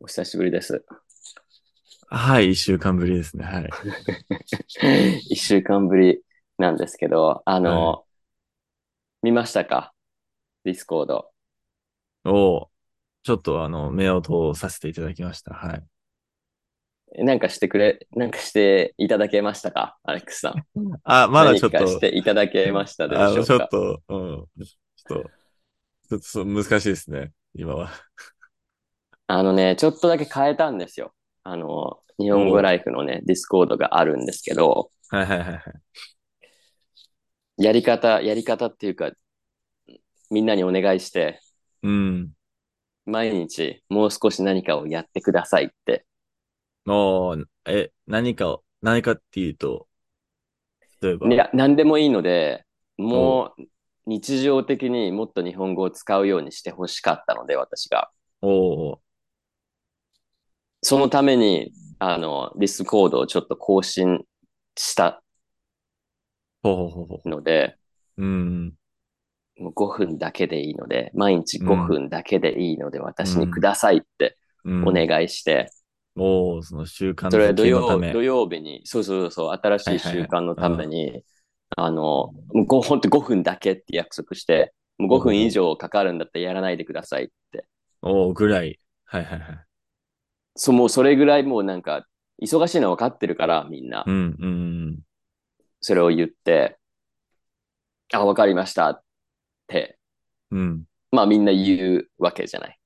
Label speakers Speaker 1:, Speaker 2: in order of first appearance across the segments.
Speaker 1: お久しぶりです。
Speaker 2: はい、一週間ぶりですね。はい。
Speaker 1: 一週間ぶりなんですけど、あの、見ましたかディスコード。
Speaker 2: を、ちょっとあの、目を通させていただきました。はい。
Speaker 1: えなんかしてくれ、なんかしていただけましたかアレックスさん。
Speaker 2: あ、 まだちょっ
Speaker 1: 何かし
Speaker 2: と、
Speaker 1: ていただけましたでし
Speaker 2: あ
Speaker 1: ょ
Speaker 2: の、
Speaker 1: う
Speaker 2: ちょっ
Speaker 1: か
Speaker 2: と、うん、ちょっと、ちょっとそう難しいですね、今は。
Speaker 1: あのね、ちょっとだけ変えたんですよ。あの、日本語ライフのね、ディスコードがあるんですけど、
Speaker 2: はいはいはいはい。
Speaker 1: やり方、やり方っていうか、みんなにお願いして、
Speaker 2: うん。
Speaker 1: 毎日もう少し何かをやってくださいって。
Speaker 2: もう、え、何かを、何かっていうと、例えば、
Speaker 1: いや、何でもいいので、もう日常的にもっと日本語を使うようにしてほしかったので、私が。
Speaker 2: おー
Speaker 1: そのために、あの、ディスコードをちょっと更新した
Speaker 2: ほうほうほうほ
Speaker 1: ので、
Speaker 2: う。うん。
Speaker 1: もう5分だけでいいので、毎日5分だけでいいので、私にくださいって
Speaker 2: うん。
Speaker 1: お願いして、
Speaker 2: おーその習慣
Speaker 1: それは
Speaker 2: づ
Speaker 1: 土
Speaker 2: けのた
Speaker 1: 曜
Speaker 2: め。
Speaker 1: 土曜日に、そうそうそう、新しい習慣のために、あの、もうごほんと5分だけって約束して、もう5分以上かかるんだったらやらないでくださいって。
Speaker 2: おーぐらい。はいはいはい。
Speaker 1: そう、もうそれぐらいもうなんか、忙しいの分かってるから、みんな
Speaker 2: う。ん、うん。
Speaker 1: それを言って、あ、分かりましたって、
Speaker 2: うん。
Speaker 1: まあみんな言うわけじゃない。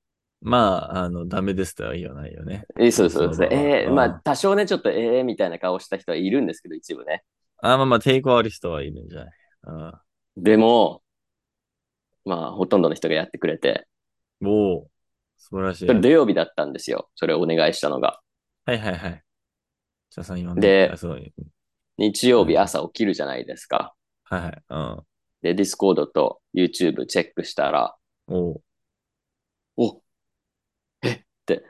Speaker 2: まあ、あの、ダメですとは言わないよね。
Speaker 1: えそうそう
Speaker 2: そ
Speaker 1: そうう。
Speaker 2: だな
Speaker 1: ええ
Speaker 2: うん
Speaker 1: まあ多少ね、ちょっとええみたいな顔した人はいるんですけど、一部ね。
Speaker 2: あ、まあまあ、抵抗ある人はいるんじゃないあ
Speaker 1: でも、まあほとんどの人がやってくれて、
Speaker 2: おお、素晴らし
Speaker 1: そ
Speaker 2: い。は
Speaker 1: れ
Speaker 2: い
Speaker 1: 土曜日だったんですよ。それをお願いしたのが。
Speaker 2: はいはい。じゃあさん、今ね
Speaker 1: で
Speaker 2: あそう
Speaker 1: 日曜日朝起きるじゃないですか。
Speaker 2: はいはい。うん。
Speaker 1: で、Discord と YouTube チェックしたら、
Speaker 2: おう
Speaker 1: おえって、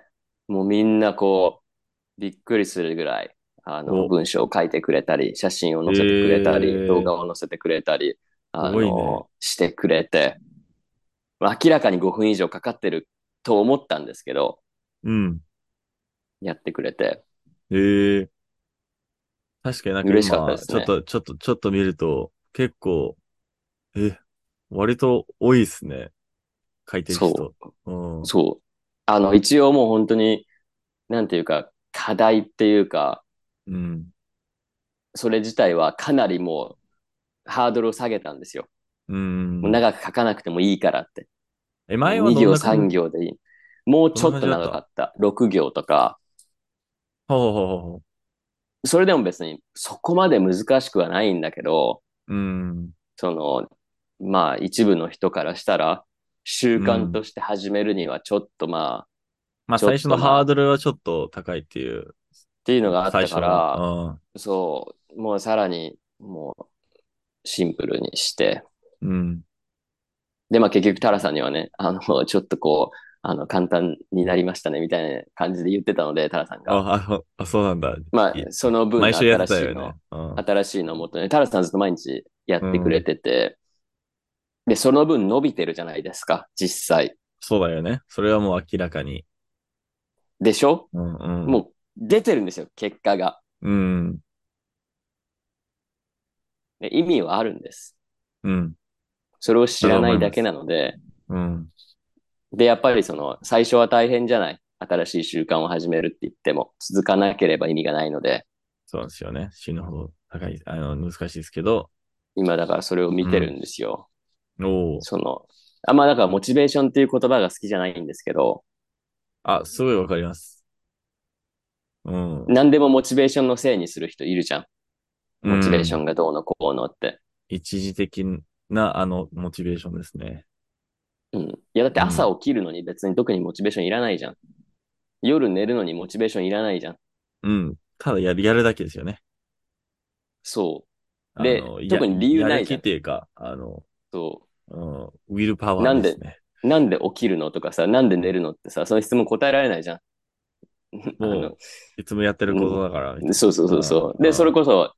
Speaker 1: もうみんなこう、びっくりするぐらい、あの、
Speaker 2: お
Speaker 1: 文章を書いてくれたり、写真を載せてくれたり、
Speaker 2: えー
Speaker 1: 動画を載せてくれたり、あ
Speaker 2: すごい
Speaker 1: の、
Speaker 2: ね
Speaker 1: してくれて、明らかに5分以上かかってると思ったんですけど、
Speaker 2: うん。
Speaker 1: やってくれて、
Speaker 2: ええ確かになんか
Speaker 1: 嬉しかった
Speaker 2: 今、
Speaker 1: です
Speaker 2: ちょ
Speaker 1: ね
Speaker 2: っと、ちょっと、ちょっと見ると、結構、え、割と多いですね。書いてる人。うん。
Speaker 1: そう。あの、一応もう本当に、なんていうか、課題っていうか、
Speaker 2: うん。
Speaker 1: それ自体はかなりもう、ハードルを下げたんですよ。
Speaker 2: うん
Speaker 1: もう。長く書かなくてもいいからって。
Speaker 2: え、前は
Speaker 1: 2
Speaker 2: どん
Speaker 1: 行
Speaker 2: な感
Speaker 1: 3
Speaker 2: じ
Speaker 1: 行でいい。もうちょっと長かった。6行とか。
Speaker 2: ほうほうほうほ
Speaker 1: それでも別にそこまで難しくはないんだけど、
Speaker 2: う。うん。
Speaker 1: その、まあ一部の人からしたら、習慣として始めるにはちょっとまあ、っ
Speaker 2: まあ、
Speaker 1: ちょっと
Speaker 2: 最初の
Speaker 1: まあ
Speaker 2: ハードルはちょっと高いっていう。
Speaker 1: ていうのがあった
Speaker 2: 最初
Speaker 1: か
Speaker 2: の
Speaker 1: ら、
Speaker 2: うん。
Speaker 1: そう、もうさらにもうシンプルにして、
Speaker 2: うん。
Speaker 1: で、まあ結局タラさんにはね、あの、ちょっとこう、あの、簡単になりましたねみたいな感じで言ってたので、タラさんが。
Speaker 2: あ、あ、あ そうなんだ。
Speaker 1: まあ
Speaker 2: い、
Speaker 1: その分
Speaker 2: 毎週やっ
Speaker 1: 新
Speaker 2: て
Speaker 1: したい
Speaker 2: よ
Speaker 1: の
Speaker 2: ね。うん
Speaker 1: 新しいのをもっとね、タラさんずっと毎日やってくれてて、で、その分伸びてるじゃないですか、実際。
Speaker 2: そうだよね。それはもう明らかに。
Speaker 1: でしょ、
Speaker 2: うんうん。
Speaker 1: もう出てるんですよ、結果が。
Speaker 2: うん。
Speaker 1: で意味はあるんです。
Speaker 2: うん。
Speaker 1: それを知らないだけなので、
Speaker 2: うん。
Speaker 1: で、やっぱりその、最初は大変じゃない。新しい習慣を始めるって言っても、続かなければ意味がないので、
Speaker 2: そうなんですよね。死ぬほど高い、あの、難しいですけど。
Speaker 1: 今だからそれを見てるんですよ。
Speaker 2: おお。
Speaker 1: その、あんまあだからモチベーションっていう言葉が好きじゃないんですけど、
Speaker 2: あ、すごいわかります。うん。
Speaker 1: 何でもモチベーションのせいにする人いるじゃん。モチベーショ
Speaker 2: ン。
Speaker 1: ンがどうのこうのって。
Speaker 2: 一時的な、あの、モチベーションですね。
Speaker 1: うん。いや、だって朝起きるのに別に特にモチベーションいらないじゃん。夜寝るのにモチベーションいらないじゃん。
Speaker 2: うん。ただやる、やるだけですよね。
Speaker 1: そ
Speaker 2: あ
Speaker 1: で
Speaker 2: のや
Speaker 1: 特に理由ないじゃん
Speaker 2: やる気っていうか、あの、
Speaker 1: う。そ
Speaker 2: うん、ウィルパワ
Speaker 1: な
Speaker 2: ー
Speaker 1: んで
Speaker 2: ですね。
Speaker 1: う。なんで起きるのとかさ、なんで寝るのってさ、その質問答えられないじゃん。あ
Speaker 2: もう、いつもやってることだから、みたい
Speaker 1: の
Speaker 2: な
Speaker 1: そうそうそうそう。で、
Speaker 2: うん
Speaker 1: それこそ、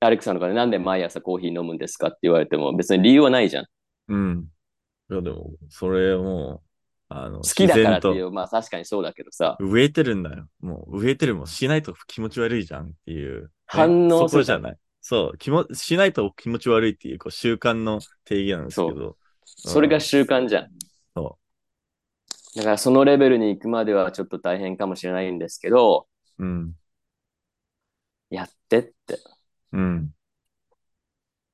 Speaker 1: アレックさんとかでなんで毎朝コーヒー飲むんですかって言われても別に理由はないじゃん。
Speaker 2: うん。いや、でも、それも、あの、
Speaker 1: 好きだからって
Speaker 2: 自
Speaker 1: い
Speaker 2: 然
Speaker 1: う、まあ確かにそうだけどさ、
Speaker 2: と植えてるんだよ。もう植えてるもんしないと気持ち悪いじゃんっていう、ね
Speaker 1: 反応
Speaker 2: そこじゃない。そう、気も、しないと気持ち悪いっていう、こう、習慣の定義なんですけど。
Speaker 1: それが習慣じゃん。
Speaker 2: そ
Speaker 1: だからそのレベルに行くまではちょっと大変かもしれないんですけど、
Speaker 2: うん。
Speaker 1: やってって。
Speaker 2: うん。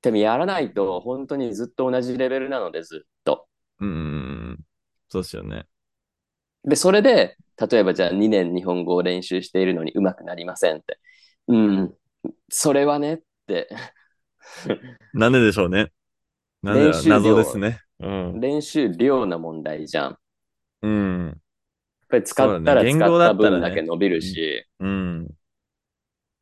Speaker 1: でもやらないと本当にずっと同じレベルなのでずっと。
Speaker 2: うんうん。そうですよね。
Speaker 1: で、それで、例えばじゃあ2年日本語を練習しているのに上手くなりませんって。うん、それはねって。
Speaker 2: なんででしょうね。なんでだろ
Speaker 1: 練
Speaker 2: う
Speaker 1: 習量
Speaker 2: 謎ですね。うん。
Speaker 1: 練習量の問題じゃん。やっ
Speaker 2: うん。
Speaker 1: ぱり使ったら
Speaker 2: そうだね言
Speaker 1: 使
Speaker 2: 語
Speaker 1: っ
Speaker 2: だ
Speaker 1: た
Speaker 2: ったらね
Speaker 1: 分だけ伸びるし、
Speaker 2: うん。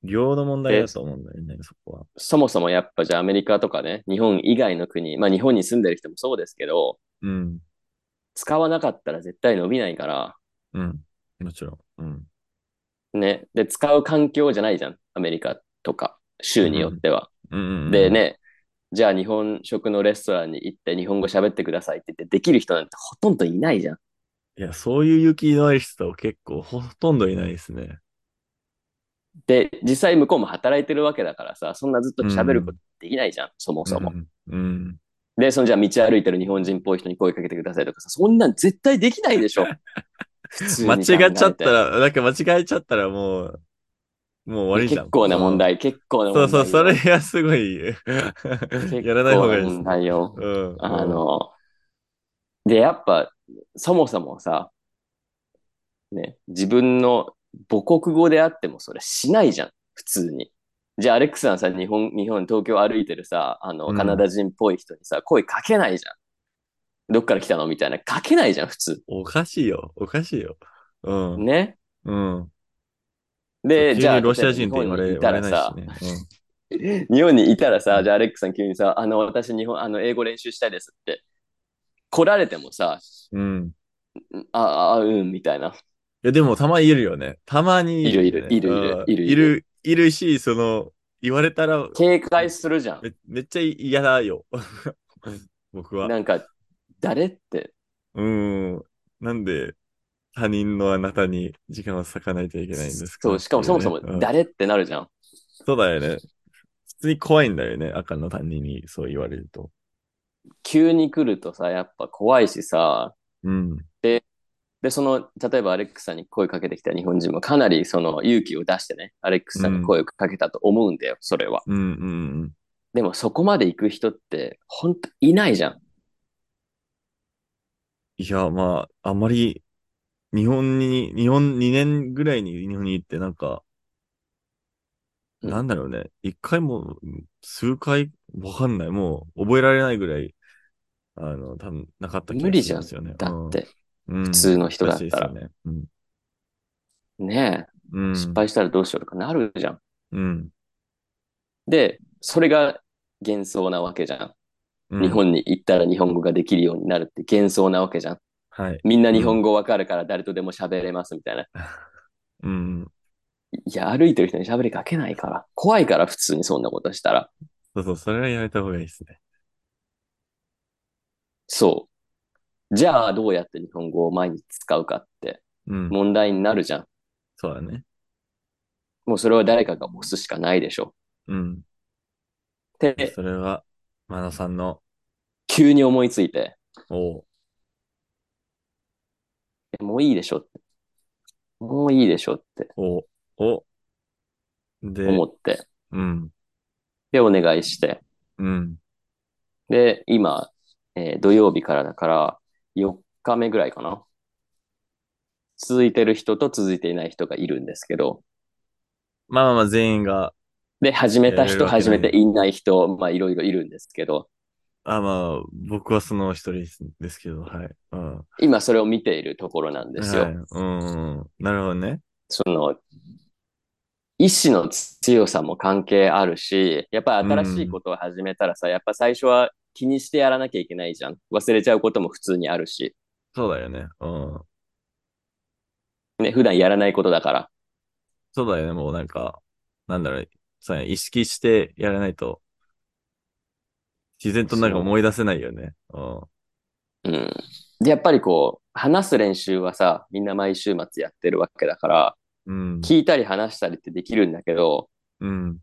Speaker 2: 量の問題だと思うんだよね、そこは。
Speaker 1: そもそもやっぱじゃあアメリカとかね、日本以外の国、まあ日本に住んでる人もそうですけど、
Speaker 2: うん。
Speaker 1: 使わなかったら絶対伸びないから、
Speaker 2: うん。もちろん。うん。
Speaker 1: ね。で、使う環境じゃないじゃん。アメリカとか、州によっては。
Speaker 2: うんうんうん。
Speaker 1: で。ね、じゃあ日本食のレストランに行って日本語喋ってくださいって言ってできる人なんてほとんどいないじゃん。
Speaker 2: いや、そういう勇気のある人は結構ほとんどいないですね。
Speaker 1: で、実際向こうも働いてるわけだからさ、そんなずっと喋ることできないじゃん、そもそも。
Speaker 2: うんうん。
Speaker 1: で、そのじゃあ道歩いてる日本人っぽい人に声かけてくださいとかさ、そんなん絶対できないでし ょ。普通に
Speaker 2: 間
Speaker 1: 考えて
Speaker 2: 違っちゃったら、なんか間違えちゃったらもう、もう終わりじゃん。
Speaker 1: 結構な問題、結構な
Speaker 2: そ
Speaker 1: 問題。
Speaker 2: う。そうそう、それがすごい、やらない方がいい
Speaker 1: 結構な
Speaker 2: です
Speaker 1: 問題よ。
Speaker 2: うん。
Speaker 1: あの、で、やっぱ、そもそもさ、ね、自分の母国語であってもそれしないじゃん、普通に。じゃあ、アレックスさんさ、日本、日本、東京歩いてるさ、あ
Speaker 2: う
Speaker 1: の、
Speaker 2: ん
Speaker 1: カナダ人っぽい人にさ、声かけないじゃん。どっから来たのみたいな。かけないじゃん、普通。
Speaker 2: おかしいよ、おかしいよ。うん。
Speaker 1: ね。
Speaker 2: うん。
Speaker 1: で、
Speaker 2: 急
Speaker 1: じゃあ、
Speaker 2: にロシア人って
Speaker 1: 例え
Speaker 2: 言
Speaker 1: ば日本
Speaker 2: われ
Speaker 1: にい
Speaker 2: 言
Speaker 1: た
Speaker 2: われ
Speaker 1: らさ、
Speaker 2: ないしね。
Speaker 1: 日本にいたらさ、じゃあアレックスさん急にさ、あの、私日本、あの、英語練習したいですって、来られてもさ、
Speaker 2: うん。うん。
Speaker 1: ああ、うん、みたいな。
Speaker 2: いや、でもたまにいるよね。たまによね
Speaker 1: いるいるいるいる
Speaker 2: うん
Speaker 1: いる
Speaker 2: い
Speaker 1: い
Speaker 2: る
Speaker 1: る、
Speaker 2: いるし、その、言われたら
Speaker 1: 警戒するじゃん。
Speaker 2: め、めっちゃ嫌だよ。 僕は。
Speaker 1: なんか、誰って、
Speaker 2: うん。なんで、他人のあなたに時間を割かないといけないんですか
Speaker 1: そう、しかもそもそも
Speaker 2: うん
Speaker 1: 誰ってなるじゃん。
Speaker 2: そうだよね。普通に怖いんだよね。赤の他人にそう言われると。
Speaker 1: 急に来るとさ、やっぱ怖いしさ、
Speaker 2: うん。
Speaker 1: で、その、例えばアレックスさんに声かけてきた日本人もかなりその勇気を出してね、アレックスさんに声をかけたと思うんだよ、それは。
Speaker 2: うんうん
Speaker 1: でもそこまで行く人って、ほんといないじゃん。
Speaker 2: いや、まあ、あんまり、日本に、日本、2年ぐらいに日本に行って、なんか、
Speaker 1: うん
Speaker 2: なんだろうね。一回も、数回、わかんない。もう、覚えられないぐらい、あの、多分なかった気
Speaker 1: 無
Speaker 2: が
Speaker 1: 理
Speaker 2: す
Speaker 1: じ
Speaker 2: る
Speaker 1: ゃ
Speaker 2: ん
Speaker 1: ん
Speaker 2: ですよね。
Speaker 1: だって、
Speaker 2: うん、
Speaker 1: 普
Speaker 2: 普
Speaker 1: 通の人だったら。
Speaker 2: ね。うん。
Speaker 1: ね
Speaker 2: う
Speaker 1: え、
Speaker 2: ん。
Speaker 1: 失敗したらどうしようとかなるじゃん。
Speaker 2: うん。
Speaker 1: で、それが幻想なわけじゃん。
Speaker 2: うん
Speaker 1: 日本に行ったら日本語ができるようになるって幻想なわけじゃん。
Speaker 2: はい。
Speaker 1: みんな日本語わかるから誰とでも喋れますみたいな。
Speaker 2: うん。
Speaker 1: いや、歩いてる人に喋りかけないから。怖いから、普通にそんなことしたら。
Speaker 2: そうそう、それはやめた方がいいですね。
Speaker 1: そう。じゃあ、どうやって日本語を毎日使うかって
Speaker 2: うん。
Speaker 1: 問題になるじゃん。
Speaker 2: そうだね。
Speaker 1: もうそれは誰かが押すしかないでしょ。
Speaker 2: うん。
Speaker 1: って、
Speaker 2: それは、マナさんの、
Speaker 1: 急に思いついて、
Speaker 2: おう
Speaker 1: えもういいでしょって。もういいでしょって
Speaker 2: おうおうで、
Speaker 1: 思って、
Speaker 2: うん、
Speaker 1: で、お願いして。
Speaker 2: うん、
Speaker 1: で、今、えー土曜日からだから、4日目ぐらいかな。続いてる人と続いていない人がいるんですけど、
Speaker 2: まあまあまあ全員が、
Speaker 1: で、始めた
Speaker 2: やれる
Speaker 1: 人、
Speaker 2: わけない
Speaker 1: 始めていない人、まあ、いろいろいるんですけど、
Speaker 2: あまあ、僕はその一人ですですけど、はい。うん。
Speaker 1: 今それを見ているところなんですよ。
Speaker 2: はい、うんうん。なるほどね。
Speaker 1: その、意志の強さも関係あるし、やっぱり新しいことを始めたらさ、やっぱ最初は気にしてやらなきゃいけないじゃん。忘れちゃうことも普通にあるし、
Speaker 2: そうだよね。うん。
Speaker 1: ね、普段やらないことだから。
Speaker 2: そうだよね。もうなんか、なんだろう、そうね意識してやらないと、自然となんか思い出せないよね。うん。
Speaker 1: うん。で、やっぱりこう、話す練習はさ、みんな毎週末やってるわけだから、
Speaker 2: うん。
Speaker 1: 聞いたり話したりってできるんだけど、
Speaker 2: うん。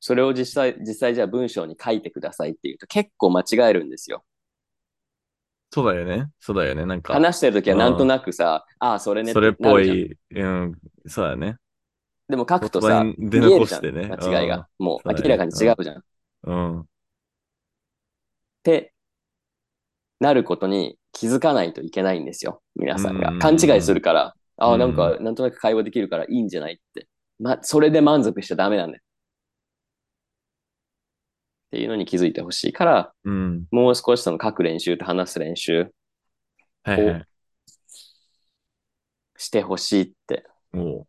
Speaker 1: それを実際、実際じゃあ文章に書いてくださいっていうと結構間違えるんですよ。
Speaker 2: そうだよね。そうだよね。なんか、
Speaker 1: 話してるときはなんとなくさ、ああ、それね
Speaker 2: それっ
Speaker 1: な
Speaker 2: ぽ
Speaker 1: るじゃん。
Speaker 2: い、うん、そうだね。
Speaker 1: でも書くとさ、
Speaker 2: 言葉に出
Speaker 1: 見え
Speaker 2: 残
Speaker 1: るじゃ
Speaker 2: し
Speaker 1: ん、
Speaker 2: てね。
Speaker 1: 間違いが。もう
Speaker 2: そうだね
Speaker 1: 明らかに違うじゃん。っ
Speaker 2: うん。うん。
Speaker 1: てなることに気づかないといけないんですよ。皆さん
Speaker 2: うん
Speaker 1: が。
Speaker 2: うん
Speaker 1: 勘違いするから、あ
Speaker 2: う
Speaker 1: あ、
Speaker 2: ん
Speaker 1: なんか、なんとなく会話できるからいいんじゃないって。ま、それで満足しちゃダメなんだよ。っていうのに気づいてほしいから、
Speaker 2: うん。
Speaker 1: もう少しその書く練習と話す練習
Speaker 2: はいはい。
Speaker 1: してほしいって
Speaker 2: おう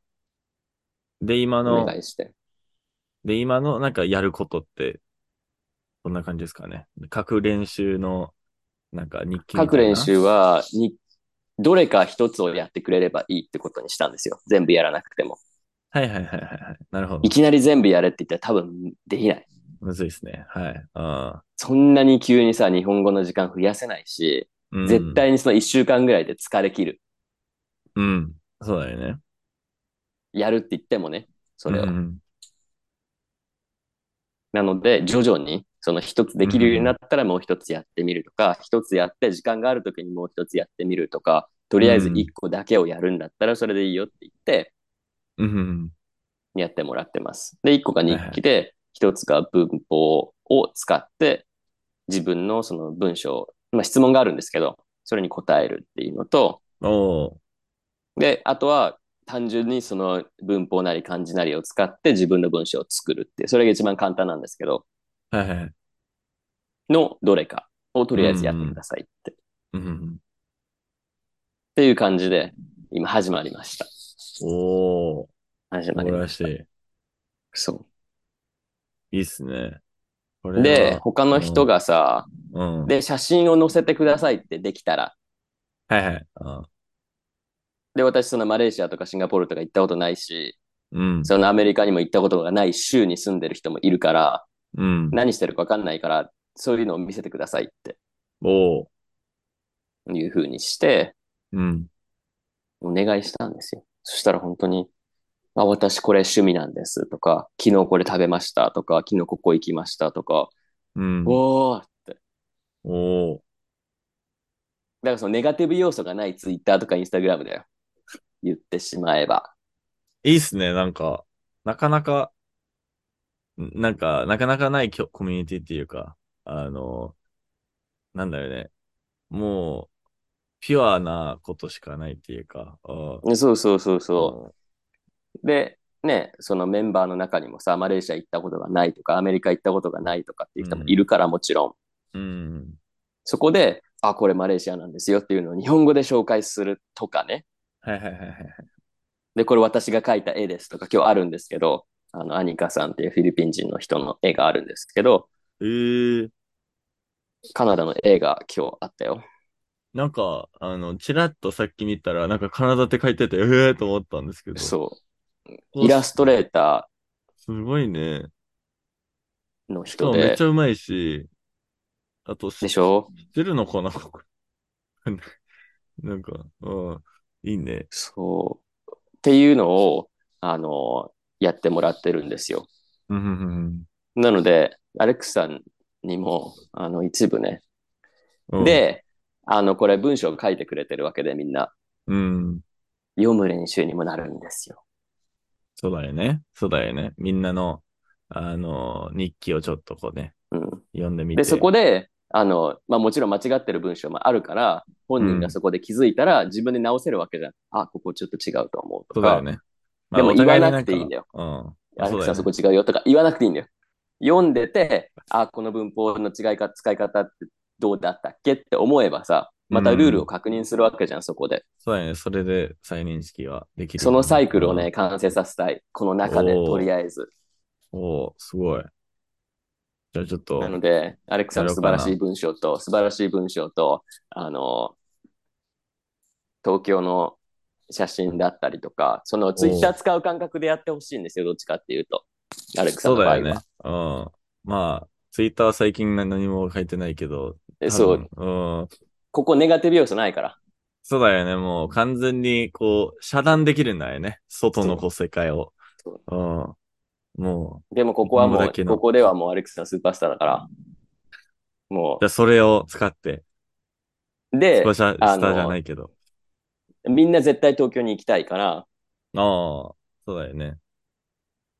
Speaker 2: で、今
Speaker 1: お
Speaker 2: の、
Speaker 1: 願いして。
Speaker 2: で、今のなんかやることって、どんな感じですかね。書く練習の、なんか日記みたいな。
Speaker 1: 書く練習はに、どれか一つをやってくれればいいってことにしたんですよ。全部やらなくても。
Speaker 2: はいはいはいはいはい。なるほど
Speaker 1: い。きなり全部やれって言ったら多分できない。
Speaker 2: むずいですね。はい。あ
Speaker 1: そんなに急にさ、日本語の時間増やせないし、
Speaker 2: ーうん、
Speaker 1: 絶。対にその1週間ぐらいで疲れ切る。
Speaker 2: うん。そうだよね。
Speaker 1: やるって言ってもね、それを。
Speaker 2: うん
Speaker 1: なので、徐々に、その一つできるようになったらもう一つやってみるとか、一つやって時間があるときにもう一つやってみるとか、とりあえず一個だけをやるんだったらそれでいいよって言って、
Speaker 2: うんうん。
Speaker 1: やってもらってます。で、一個が日記で、一つが文法を使って、自分のその文章、まあ質問があるんですけど、それに答えるっていうのと、
Speaker 2: おー
Speaker 1: で、あとは単純にその文法なり漢字なりを使って自分の文章を作るっていう、それが一番簡単なんですけど、
Speaker 2: はいはいはい。
Speaker 1: のどれかをとりあえずやってくださいって、っ
Speaker 2: うんうん。
Speaker 1: ていう感じで、今始まりました。
Speaker 2: おー、
Speaker 1: 始ま
Speaker 2: 素
Speaker 1: り
Speaker 2: 晴
Speaker 1: ま
Speaker 2: ら
Speaker 1: し
Speaker 2: しい。
Speaker 1: た。そ
Speaker 2: いいっすね。こ
Speaker 1: う。で、、他の人がさ、
Speaker 2: うん。
Speaker 1: で、写真を載せてくださいってできたら、
Speaker 2: はいはい。あ
Speaker 1: で、私、そのマレーシアとかシンガポールとか行ったことないし、
Speaker 2: うん。
Speaker 1: そのアメリカにも行ったことがない州に住んでる人もいるから、
Speaker 2: うん。
Speaker 1: 何してるか分かんないから、そういうのを見せてくださいって
Speaker 2: おー、
Speaker 1: いう風にして、
Speaker 2: うん。
Speaker 1: お願いしたんですよ。そしたら本当に、あ、私これ趣味なんですとか、昨日これ食べましたとか、昨日ここ行きましたとか、
Speaker 2: うん。お
Speaker 1: おーって。
Speaker 2: ー。
Speaker 1: だからそのネガティブ要素がないツイッターとかインスタグラムだよ。言ってしまえば。
Speaker 2: いいっすね。なんか、なかなか、んなんか、なかなかないきょコミュニティっていうか、あの、なんだろうね。もう、ピュアなことしかないっていうか、あ
Speaker 1: そうそうそうそう。で、ね、そのメンバーの中にもさ、マレーシア行ったことがないとか、アメリカ行ったことがないとかっていう人もいるから、もちろん。
Speaker 2: うん。うん。
Speaker 1: そこで、あ、これマレーシアなんですよっていうのを日本語で紹介するとかね。
Speaker 2: はいはいはいはい。
Speaker 1: で、これ私が描いた絵ですとか、今日あるんですけど、あの、アニカさんっていうフィリピン人の人の絵があるんですけど、
Speaker 2: えー、
Speaker 1: カナダの絵が今日あったよ。
Speaker 2: なんか、あの、ちらっとさっき見たら、なんかカナダって書いてて、えーと思ったんですけど。
Speaker 1: そうう。イラストレータ
Speaker 2: すごいね。
Speaker 1: ーの
Speaker 2: し
Speaker 1: 人
Speaker 2: かもめっ
Speaker 1: で
Speaker 2: ち、ゃうまいし、あと、
Speaker 1: でしょ
Speaker 2: 知ってるのかなこれ。なんか、うん、いいね。
Speaker 1: そう。っていうのを、あの、やってもらってるんですよ。
Speaker 2: うんうん
Speaker 1: なので、アレックスさんにも、あの、一部ね。
Speaker 2: うん、
Speaker 1: で、あの、これ文章を書いてくれてるわけでみんな、
Speaker 2: うん、
Speaker 1: 読む練習にもなるんですよ。
Speaker 2: そうだよね。そうだよね。みんなの、あの、日記をちょっとこうね、
Speaker 1: うん。
Speaker 2: 読んでみ
Speaker 1: で、
Speaker 2: て。
Speaker 1: そこで、あの、まあ、もちろん間違ってる文章もあるから、本人がそこで気づいたら自分で直せるわけじゃん。あ、ここちょっと違うと思う
Speaker 2: そ
Speaker 1: と
Speaker 2: うだよ
Speaker 1: か、
Speaker 2: ね。
Speaker 1: でも
Speaker 2: お互
Speaker 1: 言わ
Speaker 2: に
Speaker 1: なくていい
Speaker 2: か
Speaker 1: んだよ。
Speaker 2: うん。
Speaker 1: アレックスさん
Speaker 2: そ
Speaker 1: そう
Speaker 2: だ
Speaker 1: こ違
Speaker 2: よね
Speaker 1: うよとか言わなくていいんだよ。読んでて、あ、この文法の違いか、使い方ってどうだったっけって思えばさ、またルールを確認するわけじゃん、そこで。
Speaker 2: そうだよね。それで再認識はできる。
Speaker 1: そのサイクルをね、。完成させたい。この中で、
Speaker 2: おー
Speaker 1: とりあえず。
Speaker 2: おおすごい。じゃあちょっと
Speaker 1: な、ので、アレックさんの
Speaker 2: やろう
Speaker 1: 素
Speaker 2: か
Speaker 1: 晴
Speaker 2: な
Speaker 1: らしい文章と、素晴らしい文章と、あの、東京の写真だったりとか、そのツイッター使う感覚でやってほしいんですよ、どっちかっていうと。アレックさん
Speaker 2: そ
Speaker 1: の
Speaker 2: う
Speaker 1: 場合
Speaker 2: だ
Speaker 1: は。
Speaker 2: よね。うん。まあ、ツイッターは最近何も書いてないけど、
Speaker 1: えそう、
Speaker 2: 多分。うん。
Speaker 1: ここネガティブ要素ないから。
Speaker 2: そうだよね。もう完全にこう、遮断できるんだよね。外のこう世界を。
Speaker 1: そう
Speaker 2: うん。も
Speaker 1: でもここはも
Speaker 2: 今
Speaker 1: う
Speaker 2: だけ、の
Speaker 1: ここではもうアレックスはスーパースターだから。も
Speaker 2: う、じゃあそれを使って、
Speaker 1: う。で
Speaker 2: スパ、シャスタ
Speaker 1: あの
Speaker 2: ーじゃないけど。
Speaker 1: みんな絶対東京に行きたいから、
Speaker 2: ああ、そうだよね。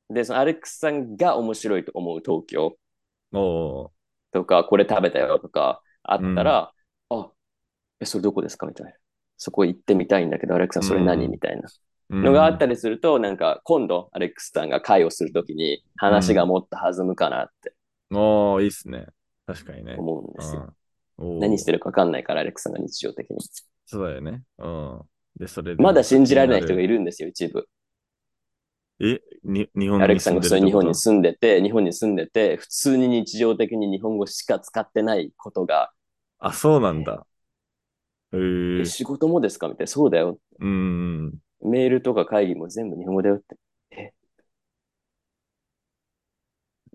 Speaker 1: で、そのアレックスさんが面白いと思う東京
Speaker 2: おー
Speaker 1: とか、これ食べたよとかあったら、あ、え、それどこですかみたいな。そこ行ってみたいんだけど、アレックスさんそれ何、
Speaker 2: うん
Speaker 1: みたいな
Speaker 2: うん
Speaker 1: のがあったりすると、なんか今度アレックスさんが会をするときに話がもっと弾むかなって
Speaker 2: おーいいっすね。確かにね。
Speaker 1: 思うんですよ。
Speaker 2: うん、
Speaker 1: 何して
Speaker 2: る
Speaker 1: るか分かんないから、アレックスさんが日常的に。
Speaker 2: そうだよね。うん。で、それで
Speaker 1: まだ信じられない人が
Speaker 2: い
Speaker 1: いるんですよ、一部。
Speaker 2: え、に日本
Speaker 1: アレック
Speaker 2: に
Speaker 1: スさんが普通
Speaker 2: 住んでるってこと
Speaker 1: に日本に住んでて、日本に住んでて、普通に日常的に日本語しか使ってないことが、
Speaker 2: あ、そうなんだ。へえ
Speaker 1: え仕事もですかみたいな、そうだよ。
Speaker 2: うん。
Speaker 1: メールとか会議も全部日本語だよって。え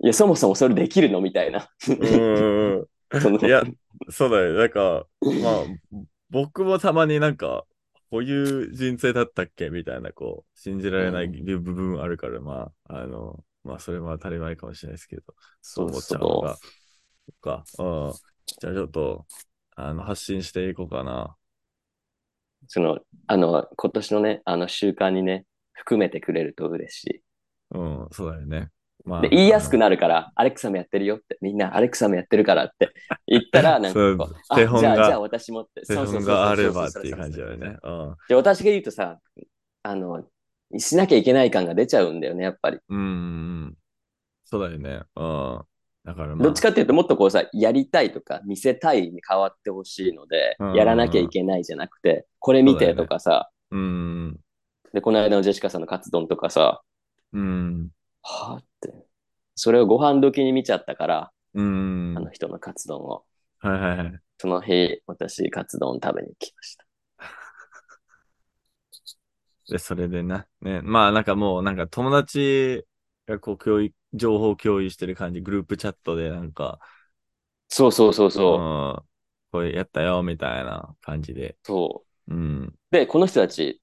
Speaker 1: いや、そもそもそれできるのみたい な。
Speaker 2: うんうん
Speaker 1: その
Speaker 2: いや、そうだよね。なんか、まあ、僕もたまになんか、こういう人生だったっけみたいな、こう、信じられない部分あるから、まあ、あの、まあ、それも当たり前かもしれないですけど、そう思っちゃうのが。そっか。うん。じゃあちょっと、あの、発信していこうかな。
Speaker 1: その、あの、今年のね、あの習慣にね、含めてくれると嬉し
Speaker 2: うん、そうだよね。ま
Speaker 1: い。
Speaker 2: あ、
Speaker 1: で、言いやすく
Speaker 2: な
Speaker 1: なるから、アレックスさんもやってるよって、みんなアレックスさんもやってるからって言った ら、なんかこう
Speaker 2: そう、
Speaker 1: あ
Speaker 2: 手本
Speaker 1: じゃあ、
Speaker 2: が
Speaker 1: じゃあ私もって、そ
Speaker 2: 手
Speaker 1: うそうそう
Speaker 2: 本
Speaker 1: そう
Speaker 2: があればっ
Speaker 1: それ
Speaker 2: ていう
Speaker 1: それ
Speaker 2: 感じ
Speaker 1: そ
Speaker 2: だ
Speaker 1: れ
Speaker 2: よね。うん
Speaker 1: で、私が言うとさ、あの、しなきゃいけない感が出ちゃうんだよね、やっぱり。
Speaker 2: うんうんうん。そうだよね。うん。だからまあ。
Speaker 1: どっちかっていうと、もっとこうさ、やりたいとか、見せたいに変わってほしいので
Speaker 2: うん、
Speaker 1: やらなきゃいけないじゃなくて、これ見てとかさ、
Speaker 2: うん。
Speaker 1: で、この間のジェシカさんのカツ丼とかさ、
Speaker 2: うん。
Speaker 1: はぁって。それをご飯時に見ちゃったから、
Speaker 2: うん。
Speaker 1: あ
Speaker 2: は
Speaker 1: の人のカツ丼を。
Speaker 2: いはいはい。
Speaker 1: その日、私、カツ丼食べに来ました。
Speaker 2: で、それでな。ね。まあなんかもう、なんか友達がこう共有、情報共有してる感じ、グループチャットでなんか、
Speaker 1: そうそうそうそう。
Speaker 2: うん、これやったよ、みたいな感じで。
Speaker 1: そう。
Speaker 2: うん。
Speaker 1: で、この人たち、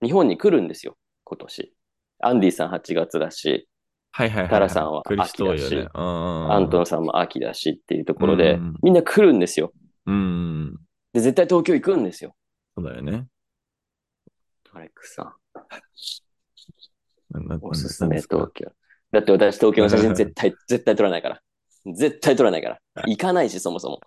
Speaker 1: 日本に来るんですよ、今年。アンディさん8月だし、
Speaker 2: はいはいはい、はい。
Speaker 1: タラさんは
Speaker 2: クリスト多いよ
Speaker 1: 秋だ
Speaker 2: ね
Speaker 1: し。
Speaker 2: うんうんうん。
Speaker 1: アントンさんも秋だしっていうところ
Speaker 2: う
Speaker 1: で
Speaker 2: ん、
Speaker 1: みんな来るんですよ。
Speaker 2: うんうん。
Speaker 1: で、絶対東京行くんですよ。
Speaker 2: そうだよね。
Speaker 1: アレックスさん、
Speaker 2: なな
Speaker 1: おすす
Speaker 2: なん
Speaker 1: め
Speaker 2: ですか
Speaker 1: 東京。だって私東京の写真絶 対、絶対撮らないから。絶対撮らないから。行かないし、そもそも。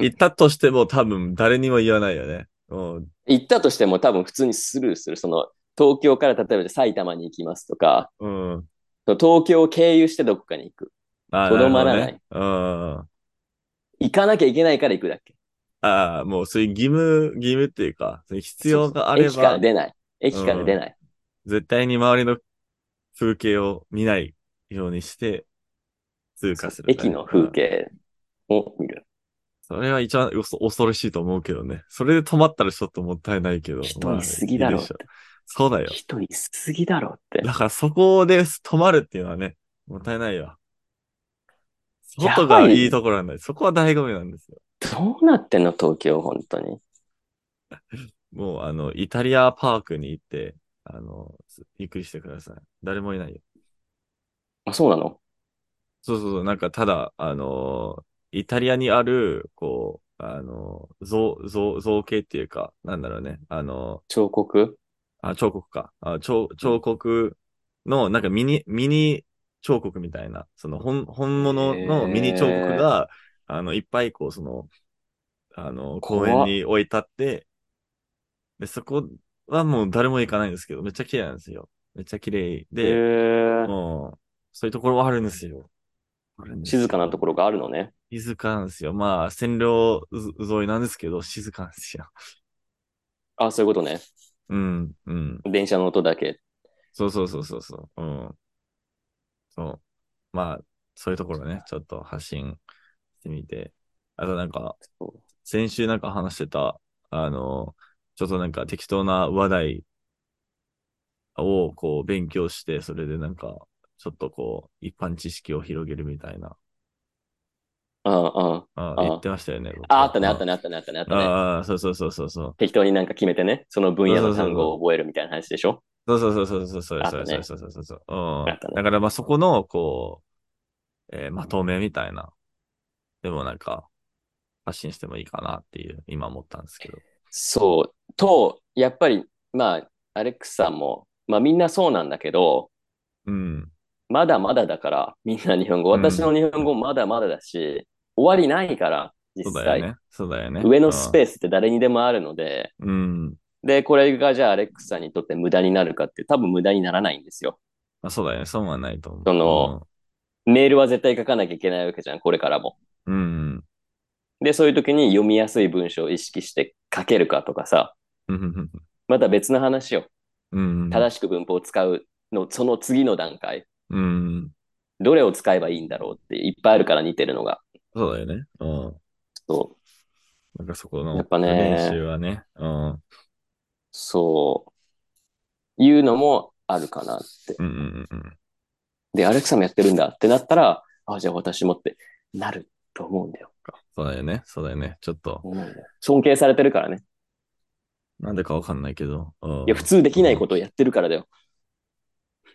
Speaker 2: 行ったとしても多分誰にも言わないよね。うん。
Speaker 1: 行ったとしても多分普通にスルーする。その、東京から例えば埼玉に行きますとか、
Speaker 2: うん。
Speaker 1: 東京を経由してどこかに行く。
Speaker 2: あー
Speaker 1: とどまらない。
Speaker 2: るほどねうんうんうん。
Speaker 1: 行かなきゃいけないから行くだけ。
Speaker 2: ああ、もうそういう義務、義務っていうか、そういう必要があれ
Speaker 1: 駅から
Speaker 2: ば、
Speaker 1: 出ない。駅から出ない。
Speaker 2: 絶対に周りの風景を見ないようにして通過する、
Speaker 1: 駅の風。景を見る。
Speaker 2: それは一番恐恐ろしいと思うけどね。それで止まったらちょっともったいないけど。
Speaker 1: 人いすぎだろ
Speaker 2: まあ
Speaker 1: う
Speaker 2: いい
Speaker 1: っ
Speaker 2: でしてょ。そうだよ。
Speaker 1: 人いすぎだろうって。
Speaker 2: だからそこで止まるっていうのはね、もったいないよ。
Speaker 1: やばい
Speaker 2: 外がいいところなんだよ。そこは醍醐味なんですよ。
Speaker 1: どうなってんの東京、本当に。
Speaker 2: もう、あの、イタリアパークに行って、あの、すゆっくりしてください。誰もいないよ。
Speaker 1: あ、そうなの
Speaker 2: そうそうそう、なんかただ、あのーイタリアにある、こう、あのー造、造、造形っていうか、なんだろうね、あの
Speaker 1: 彫刻
Speaker 2: ーあ、彫刻か。あ、彫、彫刻の、なんかミニ、ミニ彫刻みたいな、その本、本物のミニ彫刻が、あの、いっぱい、こう、その、あの、公園に置いてあって、で、そこはもう誰も行かないんですけど、めっちゃ綺麗なんですよ。めっちゃ綺麗
Speaker 1: へ
Speaker 2: で、
Speaker 1: ー
Speaker 2: もう、そういうところはあるんですよ。あるんですよ
Speaker 1: 静かなところがあるのね。
Speaker 2: 静かなんですよ。まあ、線路沿いなんですけど、静かなんですよ。
Speaker 1: あ、そういうことね。
Speaker 2: うん、うん。
Speaker 1: 電車の音だけ。
Speaker 2: そうそうそうそうそう。うん。そう。まあ、そういうところね、ちょっと発信してみて。あとなんか、
Speaker 1: そ
Speaker 2: 先週なんか話してた、あの、ちょっとなんか適当な話題をこう勉強して、それでなんか、ちょっとこう、一般知識を広げるみたいな。
Speaker 1: ううんうん。
Speaker 2: あ
Speaker 1: あ
Speaker 2: 言ってましたよね。僕
Speaker 1: あ、あったね、あったね、あったね、あったね、あったね。
Speaker 2: ああ、そうそうそうそうそう。
Speaker 1: 適当になんか決めてね、その分野の単語を覚えるみたいな話でしょ
Speaker 2: そうそうそうそうそう
Speaker 1: あ
Speaker 2: そ
Speaker 1: と
Speaker 2: う
Speaker 1: ね
Speaker 2: そうそうそうそうそう。
Speaker 1: あと
Speaker 2: うん。
Speaker 1: ね
Speaker 2: だからまあそこの、こう、えーまとめみたいな。でもなんか、発信してもいいかなっていう、今思ったんですけど。
Speaker 1: そう。と、やっぱり、まあ、アレックスさんも、まあみんなそうなんだけど、
Speaker 2: うん。
Speaker 1: まだまだだから、みんな日本語。
Speaker 2: うん
Speaker 1: 私の日本語まだまだだし、終わりないから、
Speaker 2: そ
Speaker 1: 実
Speaker 2: うだ
Speaker 1: 際。
Speaker 2: よね。そうだよね。
Speaker 1: 上のスペースって誰にでもあるので、
Speaker 2: うん。うん。
Speaker 1: で、これがじゃあアレックスさんにとって無駄になるかって、多分無駄にならないんですよ。
Speaker 2: まあ、そうだよね。損はないと思う。
Speaker 1: そのメールは絶対書かなきゃいけないわけじゃん、これからも。
Speaker 2: うん、うん。
Speaker 1: で、そういう時に読みやすい文章を意識して書けるかとかさ、
Speaker 2: うん。
Speaker 1: また別の話を、
Speaker 2: うん。
Speaker 1: 正しく文法を使うの、その次の段階、
Speaker 2: うん。
Speaker 1: どれを使えばいいんだろうっていっぱいあるから似てるのが。
Speaker 2: そうだよね。うん。
Speaker 1: そう。
Speaker 2: なんかそこの
Speaker 1: やっぱね
Speaker 2: 練習はね。うん。うん
Speaker 1: そう。いうのもあるかなって。
Speaker 2: うんうんうん。
Speaker 1: で、アレクサもやってるんだってなったら、あ、じゃあ私もってなると思うんだよ。
Speaker 2: そうだよね。そうだよね。ちょっと、
Speaker 1: 思うんだよ尊敬されてるからね。
Speaker 2: なんでかわかんないけど。うん
Speaker 1: いや、普通できないことをやってるからだよ。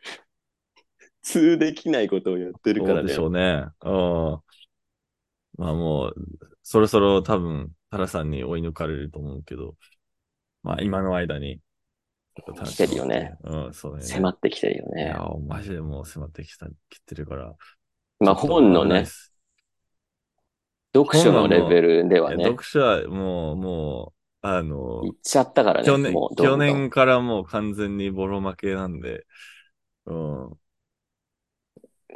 Speaker 1: 普通できないことをやってるか
Speaker 2: そ
Speaker 1: ら
Speaker 2: うで
Speaker 1: だ
Speaker 2: しょ
Speaker 1: よ。
Speaker 2: うね。うん。まあもう、そろそろ多分、タラさんに追い抜かれると思うけど、まあ今の間に、ちょっと楽しもうってい
Speaker 1: 来てる
Speaker 2: う
Speaker 1: よね。
Speaker 2: うん、そうだよね。
Speaker 1: 迫ってきてるよ
Speaker 2: い
Speaker 1: ね
Speaker 2: や。、マジでもう迫ってきた、きてるから。
Speaker 1: まあ本の
Speaker 2: 危ないっ
Speaker 1: ね、
Speaker 2: す
Speaker 1: 読書のレベルではね、
Speaker 2: いや
Speaker 1: 行
Speaker 2: 読書はもう、もう、あの、
Speaker 1: っちゃったからね、
Speaker 2: 去年
Speaker 1: もう、ど
Speaker 2: 去
Speaker 1: んどん
Speaker 2: 年からもう完全にボロ負けなんで、うん。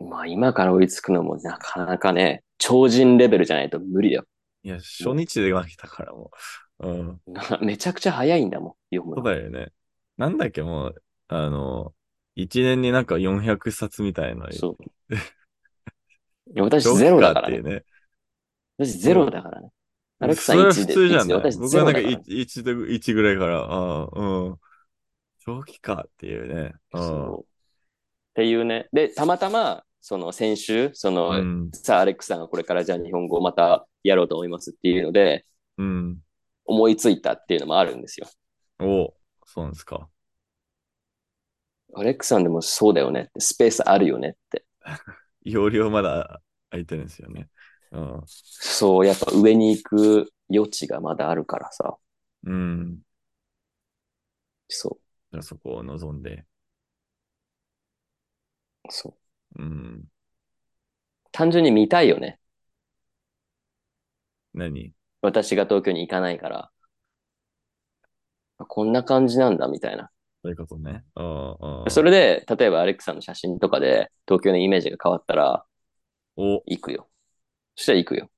Speaker 1: まあ今から追いつくのもなかなかね、超人レベルじゃないと無理だよ。
Speaker 2: いや、初日で負けたからもう、うん。
Speaker 1: めちゃくちゃ早いんだもん、読む
Speaker 2: そ
Speaker 1: の。
Speaker 2: うだよね。なんだっけ、もう、あの、一年になんか400冊みたいな。
Speaker 1: そう。 いや私
Speaker 2: どう
Speaker 1: ゼロだか
Speaker 2: っ
Speaker 1: ら
Speaker 2: てい
Speaker 1: ね
Speaker 2: う。ね。
Speaker 1: 私ゼロだからね。アレクサ
Speaker 2: それ
Speaker 1: 1
Speaker 2: は普
Speaker 1: で。
Speaker 2: 通じゃ
Speaker 1: 一で
Speaker 2: ない。
Speaker 1: 私
Speaker 2: 僕
Speaker 1: ゼ
Speaker 2: は
Speaker 1: ロ
Speaker 2: なん
Speaker 1: だ
Speaker 2: か
Speaker 1: から。
Speaker 2: 1で、1ぐらいから、ああ、うん。長期かっていうね。うん。
Speaker 1: そう。っていうね。で、たまたま、その先週、その、
Speaker 2: うん。
Speaker 1: さあ、アレックさんがこれからじゃあ日本語をまたやろうと思いますっていうので、
Speaker 2: うん。
Speaker 1: 思いついたっていうのもあるんですよ。
Speaker 2: おそうなんですか。
Speaker 1: アレックさんでもそうだよねって、スペースあるよねって。
Speaker 2: 容量まだ空いてるんですよね。うん。
Speaker 1: そう、やっぱ上に行く余地がまだあるからさ。
Speaker 2: うん。だ
Speaker 1: そ
Speaker 2: からそこを望んで。
Speaker 1: う、そう。
Speaker 2: うん。
Speaker 1: 単純に見たいよね。
Speaker 2: 何
Speaker 1: 私が東京に行かないから。こんな感じなんだ、みたいな。
Speaker 2: そういうことね。うんうん。
Speaker 1: それで、例えばアレックさんの写真とかで、東京のイメージが変わったら、
Speaker 2: お、
Speaker 1: 行くよ。そしたら行くよ。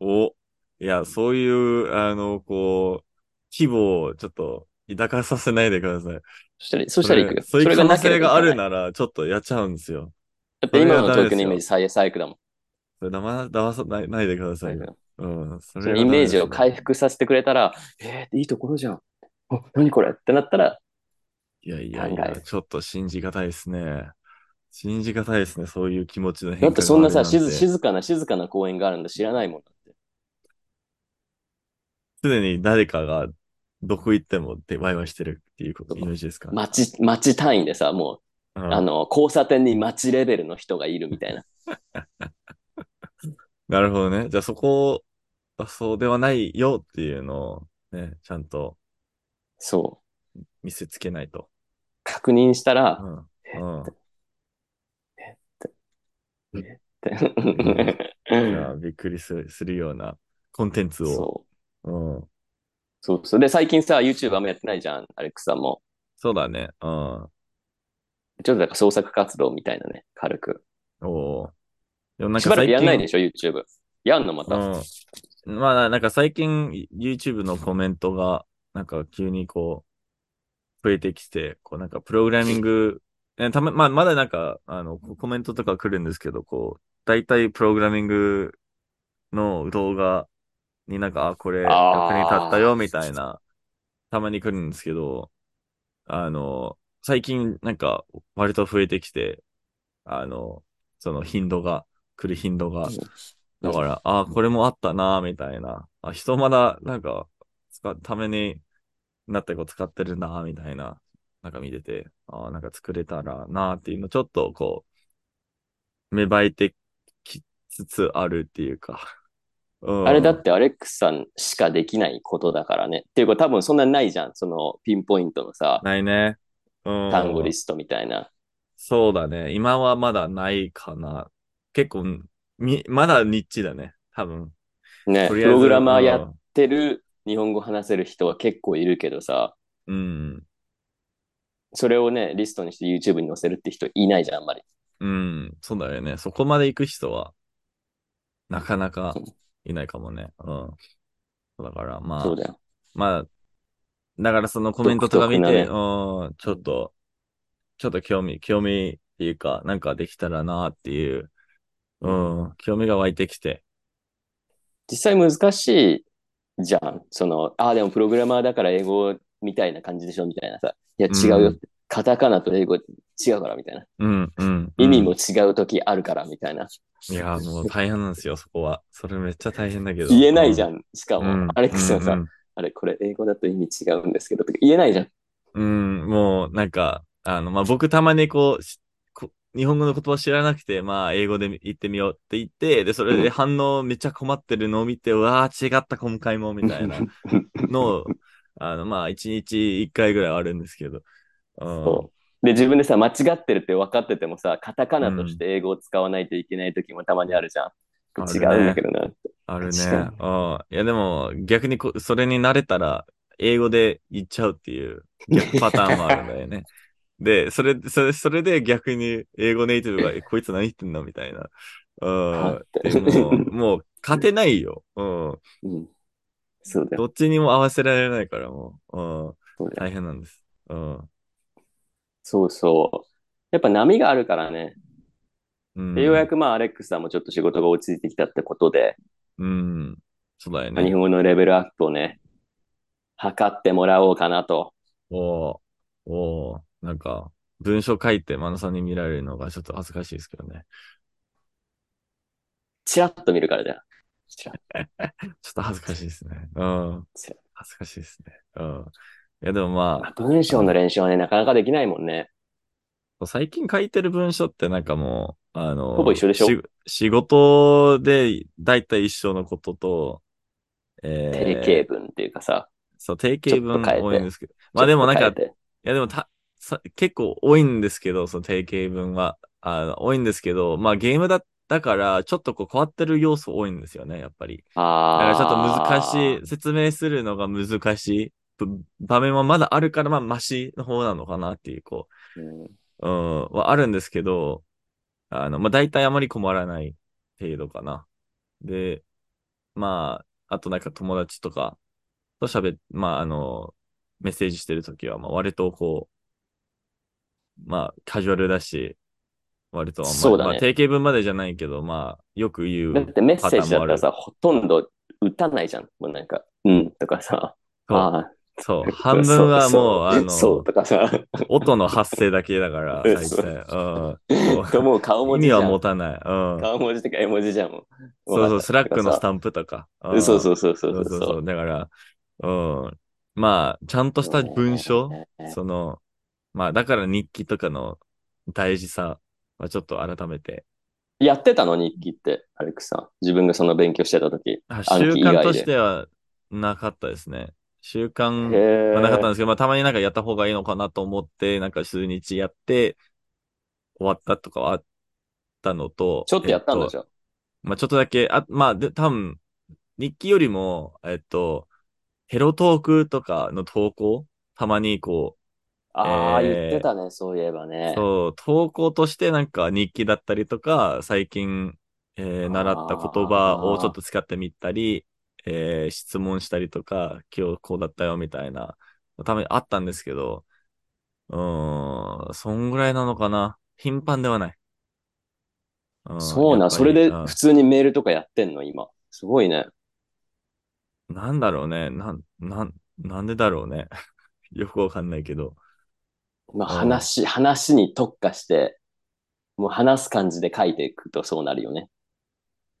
Speaker 2: お、いや、そういう、あの、こう、規模をちょっと抱かさせないでください。
Speaker 1: そしたら、そしたら行くよ。
Speaker 2: それそういう可能
Speaker 1: けれ
Speaker 2: 性
Speaker 1: ば
Speaker 2: がある
Speaker 1: 行かい
Speaker 2: なら、ちょっとやっちゃうんですよ。
Speaker 1: だって今の
Speaker 2: それ
Speaker 1: 東
Speaker 2: はダメ
Speaker 1: 京
Speaker 2: ですよ
Speaker 1: のイメージ最最悪だもん。
Speaker 2: それだま、騙さない、ないでくださいよ。うん、そ
Speaker 1: そ
Speaker 2: れ
Speaker 1: の
Speaker 2: は
Speaker 1: イ
Speaker 2: ダメ
Speaker 1: メー
Speaker 2: です
Speaker 1: ジ
Speaker 2: よ
Speaker 1: を回復させてくれたら、えー、いいところじゃん。お何これってなったら、
Speaker 2: いやいや
Speaker 1: 考
Speaker 2: い
Speaker 1: え
Speaker 2: や、
Speaker 1: る
Speaker 2: ちょっと信じがたいですね。信じがたいですね、そういう気持ちの変化
Speaker 1: だってそんなさ、
Speaker 2: がある
Speaker 1: 静
Speaker 2: て
Speaker 1: 静かな、静かな公園があるんだ知らないもんだって。
Speaker 2: すでに誰かがどこ行ってもでワイワイしてるっていうこと、イメージですか、
Speaker 1: 町、町単位でさ、も
Speaker 2: う
Speaker 1: う、
Speaker 2: ん
Speaker 1: あの、交差点に町レベルの人がいるみたいな。
Speaker 2: なるほどね。じゃあそこあそうではないよっていうのをね、ちゃんと
Speaker 1: そう。
Speaker 2: 見せつけないと。
Speaker 1: 確認したら、
Speaker 2: うん。うん。いやびっくりするするようなコンテンツを。
Speaker 1: そう。
Speaker 2: うん。
Speaker 1: そうそう。で、最近さ、YouTube あんまやってないじゃん、アレックさんも。
Speaker 2: そうだね。
Speaker 1: ち
Speaker 2: うん。
Speaker 1: ょっとなんか創作活動みたいなね、軽く。
Speaker 2: おーでもなん
Speaker 1: し
Speaker 2: か
Speaker 1: ばら
Speaker 2: 最
Speaker 1: く
Speaker 2: 近、
Speaker 1: やんないでしょ、YouTube。やんの、また。
Speaker 2: うん。まあ、なんか最近 YouTube のコメントが、なんか急にこう、増えてきて、こうなんかプログラミング、 えたま、まあ、まだなんか、あの、コメントとか来るんですけど、こう、大体プログラミングの動画になんか、あ、これ
Speaker 1: あー
Speaker 2: 役に立ったよ、みたいな、たまに来るんですけど、あの、最近なんか、割と増えてきて、あの、その頻度が、来る頻度が、だから、ああ、これもあったな、みたいな。あ、人まだ、なんか、使うためになった子使ってるな、みたいな。なんか見てて、ああ、なんか作れたらな、っていうの、ちょっとこう、芽生えてきつつあるっていうか。 うん
Speaker 1: あれだってアレックスさんしかできないことだからね。っていうか多分そんなないじゃん。そのピンポイントのさ、
Speaker 2: ないね。うん。
Speaker 1: 単語リストみたいな。
Speaker 2: そうだね。今はまだないかな。結構、み、まだニッチだね。多分。
Speaker 1: ね、
Speaker 2: と
Speaker 1: プ
Speaker 2: りあえず
Speaker 1: ログラマーや
Speaker 2: う
Speaker 1: っ
Speaker 2: ん
Speaker 1: てる日本語話せる人は結構いるけどさ、
Speaker 2: うん。
Speaker 1: それをね、リストにして YouTube に載せるって人いないじゃん、あんまり。
Speaker 2: うん。そうだよね。そこまで行く人は、なかなかいないかもね。うん。だから、ま
Speaker 1: そう
Speaker 2: あ、
Speaker 1: だよ。
Speaker 2: まあ、だからそのコメントとか見
Speaker 1: 独特なね
Speaker 2: て、うん、ちょっと、ちょっと興味、興味っていうか、なんかできたらなっていう、うん、興味が湧いてきて。
Speaker 1: 実際難しいじゃん。その、ああ、でもプログラマーだから英語みたいな感じでしょみたいなさ。いや、
Speaker 2: うん
Speaker 1: 違うよって。カタカナと英語違うからみたいな。
Speaker 2: うん、うん。
Speaker 1: 意味も違う時あるからみたいな。
Speaker 2: いや、もう大変なんですよ、そこは。それめっちゃ大変だけど。
Speaker 1: 言えないじゃ
Speaker 2: ん。
Speaker 1: ん。しか
Speaker 2: う
Speaker 1: も
Speaker 2: ん、
Speaker 1: アレックスは
Speaker 2: う
Speaker 1: さ
Speaker 2: ん、
Speaker 1: あれ、これ英語だと意味違うんですけど、とか言えないじゃん。
Speaker 2: うん、もう、なんか、あの、まあ、僕たまにこう、しこ日本語の言葉知らなくて、まあ、英語で言ってみようって言って、で、それ
Speaker 1: う
Speaker 2: で
Speaker 1: ん
Speaker 2: 反応めっちゃ困ってるのを見て、うわー、違った今回も、みた いなのを、あの、まあ、一日一回ぐらいはあるんですけど。うん
Speaker 1: そ、で、自分でさ、間違ってるって分かっててもさ、カタカナとして英語を使わないといけない時もたまにあるじゃん。
Speaker 2: うん
Speaker 1: 違うんだけどな。
Speaker 2: あるね。
Speaker 1: 確か
Speaker 2: うん。いや、でも、逆にこ、それに慣れたら、英語で言っちゃうっていう逆パターンもあるんだよね。で、それ、それ、それで逆に、英語ネイティブが、えこいつ何言ってんのみたいな。うん。でもう、もう、勝てないよ。うん。
Speaker 1: うん。そうだよ。
Speaker 2: どっちにも合わせられないから、もう。うん。
Speaker 1: そうだよ
Speaker 2: 大変なんです。うん。
Speaker 1: そうそう。やっぱ波があるからね。
Speaker 2: うん。
Speaker 1: でようやくまあ、アレックスさんもちょっと仕事が落ち着いてきたってことで、
Speaker 2: うん。そうだよ
Speaker 1: 日
Speaker 2: ね。
Speaker 1: 本語のレベルアップをね、測ってもらおうかなと。
Speaker 2: おーおーなんか、文章書いて、マナさんに見られるのがちょっと恥ずかしいですけどね。
Speaker 1: チラッと見るからだよ。チラッ
Speaker 2: ちょっと恥ずかしいですね。うん。
Speaker 1: チラ
Speaker 2: 恥ずかしいですね。うん。いや、でもま
Speaker 1: ッ文章の練習はね、なかなかできないもんね。
Speaker 2: あ、最近書いてる文章ってなんかもう、あの、
Speaker 1: ほぼ一緒でしょ
Speaker 2: 仕事で大体一緒のことと、えー
Speaker 1: テレ系文っていうかさ、
Speaker 2: そう、定型
Speaker 1: ち
Speaker 2: 文
Speaker 1: ょっと変えて
Speaker 2: 多いんですけど。まあでもなん
Speaker 1: ちょ
Speaker 2: か、
Speaker 1: っ
Speaker 2: い
Speaker 1: と変えて
Speaker 2: やでもたさ結構多いんですけど、その定型文は。あの、多いんですけど、まあゲームだったから、ちょっとこう変わってる要素多いんですよね、やっぱり。だから
Speaker 1: あー
Speaker 2: ちょっと難しい、説明するのが難しいぶ場面はまだあるから、まあ、マシの方なのかなっていう、こ
Speaker 1: うん
Speaker 2: う、うん、はあるんですけど、あの、まあ、大体あまり困らない程度かな。で、まあ、あとなんか友達とかと喋っ、まあ、あの、メッセージしてるときは、まあ、割とこう、まあ、カジュアルだし、割とあんまり、
Speaker 1: そうだね
Speaker 2: まあ、定型文までじゃないけど、まあ、よく言う。
Speaker 1: だってメッセージだったらさ、ほとんど打たないじゃん。もうなんか、うんとかさ、
Speaker 2: そう
Speaker 1: あ
Speaker 2: そう。
Speaker 1: ー
Speaker 2: 半分はもう、あ
Speaker 1: そそそ
Speaker 2: の
Speaker 1: う、とかさ、
Speaker 2: 音の発生だけだから、
Speaker 1: うん
Speaker 2: 大
Speaker 1: そう
Speaker 2: 体。うん
Speaker 1: と
Speaker 2: そ
Speaker 1: もう顔
Speaker 2: う。意
Speaker 1: 文字
Speaker 2: 味
Speaker 1: じゃ
Speaker 2: は
Speaker 1: ん。
Speaker 2: 持たない。うん。
Speaker 1: 顔文字とか絵文字じゃんもん。
Speaker 2: そうそう、スラックのス
Speaker 1: ン
Speaker 2: タンプとか。
Speaker 1: プ。そう
Speaker 2: う
Speaker 1: そ
Speaker 2: ん
Speaker 1: うそうそ
Speaker 2: そ
Speaker 1: そう
Speaker 2: う
Speaker 1: う
Speaker 2: そう
Speaker 1: そ。
Speaker 2: そうう。だから、うん。まあ、ちゃんとした文章、
Speaker 1: ね
Speaker 2: その、まあ、だから日記とかの大事さはちょっと改めて。
Speaker 1: やってたの日記って、アレックスさん。自分がその勉強してた時。
Speaker 2: あ
Speaker 1: 暗記
Speaker 2: 習
Speaker 1: 以外
Speaker 2: 慣
Speaker 1: で
Speaker 2: としてはなかったですね。習慣
Speaker 1: へ
Speaker 2: まあ、なかったん
Speaker 1: ー
Speaker 2: ですけど、まあ、たまになんかやった方がいいのかなと思って、なんか数日やって、終わったとかはあったのと、
Speaker 1: ちょっとやったん
Speaker 2: え
Speaker 1: だ
Speaker 2: っ
Speaker 1: じ
Speaker 2: と
Speaker 1: ゃん。
Speaker 2: まあ、ちょっとだけ、あ、まあ、で、多分、日記よりも、えっと、ヘロトークとかの投稿、たまにこ
Speaker 1: ああ、
Speaker 2: え
Speaker 1: 言
Speaker 2: ー
Speaker 1: ってたね、そういえば
Speaker 2: う、
Speaker 1: ね。
Speaker 2: そう、投稿としてなんか日記だったりとか、最近、えー習った言葉をちょっと使ってみたり、えー質問したりとか、今日こうだったよみたいな、たまにあったんですけど、うーん、そんぐらいなのかな。頻繁ではない。うん
Speaker 1: そう
Speaker 2: や
Speaker 1: な、
Speaker 2: っぱり
Speaker 1: それで
Speaker 2: うん
Speaker 1: 普通にメールとかやってんの、今。すごいね。
Speaker 2: なんだろうね。なん、なん、なんでだろうね。 よくわかんないけど。
Speaker 1: まあ、
Speaker 2: うん
Speaker 1: 話、話に特化して、もう話す感じで書いていくとそうなるよね。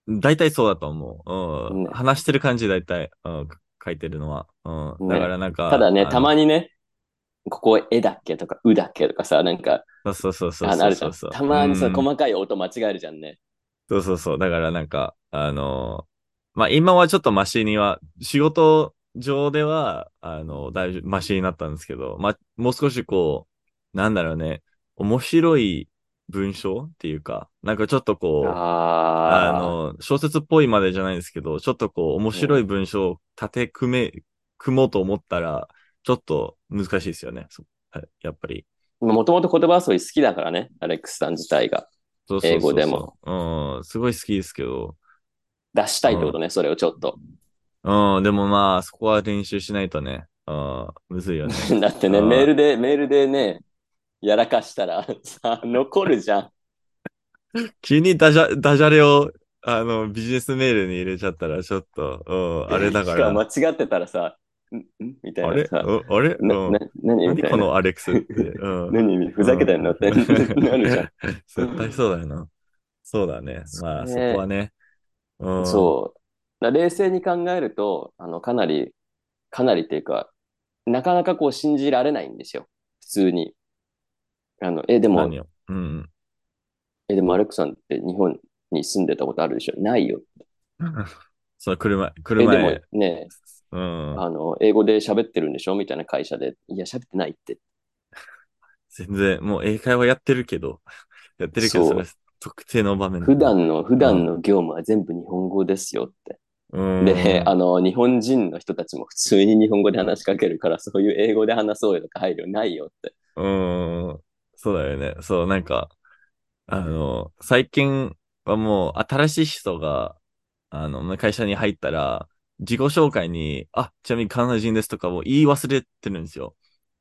Speaker 2: 大体そうだと思う。うん。
Speaker 1: ね
Speaker 2: 話してる感じ大体、うん、書いてるのは。うん。
Speaker 1: ね
Speaker 2: だからなんか。
Speaker 1: ただね、
Speaker 2: あ
Speaker 1: たまにね、ここ絵だっけとか、うだっけとかさ、なんか、
Speaker 2: の。そうそうそう
Speaker 1: あの
Speaker 2: そ
Speaker 1: あ
Speaker 2: う
Speaker 1: るじ
Speaker 2: そ
Speaker 1: ゃ。
Speaker 2: うんそう。
Speaker 1: たまにさ、
Speaker 2: うん
Speaker 1: 細かい音間違えるじゃんね。
Speaker 2: そうそうそう。だからなんか、あのーまあ、今はちょっとマシには、仕事上では、あのー、だいぶマシになったんですけど、まあ、もう少しこう、なんだろうね、面白い文章っていうか、なんかちょっとこう、あ
Speaker 1: あ
Speaker 2: のー、小説っぽいまでじゃないですけど、ちょっとこう、面白い文章を立て組め、組もうと思ったら、ちょっと難しいですよね。そはいやっぱり。
Speaker 1: あ、もともと言葉遊び好きだからね、アレックスさん自体が。
Speaker 2: そうそうそうそう
Speaker 1: 英語でも。
Speaker 2: うん、すごい好きですけど、
Speaker 1: 出したいってことね、それをちょっと。
Speaker 2: うん、でもまあ、そこは練習しないとね、うん、むず いよね。
Speaker 1: だってね、
Speaker 2: うん
Speaker 1: メールで、メールでね、やらかしたらさ、残るじゃん。
Speaker 2: 急にダジャ、ダジャレを、あの、ビジネスメールに入れちゃったら、ちょっと、うん、あれだ
Speaker 1: し
Speaker 2: か。
Speaker 1: からも間違ってたらさ、んんみたい
Speaker 2: あ
Speaker 1: な
Speaker 2: れ
Speaker 1: さ、
Speaker 2: うんあれ
Speaker 1: な
Speaker 2: うん
Speaker 1: な。何み
Speaker 2: 何
Speaker 1: たい
Speaker 2: こ
Speaker 1: な。
Speaker 2: のアレックスって。うん。
Speaker 1: 何ふざけてんのってなるじゃん。
Speaker 2: 絶対そうだよな。そうだね。まあ、そ
Speaker 1: そうね
Speaker 2: こはね。うん。
Speaker 1: そう。だから冷静に考えると、あの、かなり、かなりっていうか、なかなかこう信じられないんですよ。普通に。あの、え、でも、
Speaker 2: 何を。うん。
Speaker 1: え、でもアレックさんって日本に住んでたことあるでしょないよ。
Speaker 2: その車、
Speaker 1: え、で
Speaker 2: 車
Speaker 1: も
Speaker 2: へ。
Speaker 1: ね、
Speaker 2: うん。
Speaker 1: あの、英語で喋ってるんでしょみたいな会社で。いや、喋ってないって。
Speaker 2: 全然、もう英会話やってるけど、やってるけ
Speaker 1: そ
Speaker 2: ど、
Speaker 1: う
Speaker 2: それは特定の場面だ
Speaker 1: 普段の、普段の業務は全部日本語ですよって。
Speaker 2: うん。
Speaker 1: で、あの、日本人の人たちも普通に日本語で話しかけるから、そういう英語で話そうよとか配慮ないよって。
Speaker 2: うーん。そうだよね。そう、なんか、あの、最近はもう新しい人が、あの、会社に入ったら、自己紹介に、あ、ちなみにカナダ人ですとかを言い忘れてるんですよ。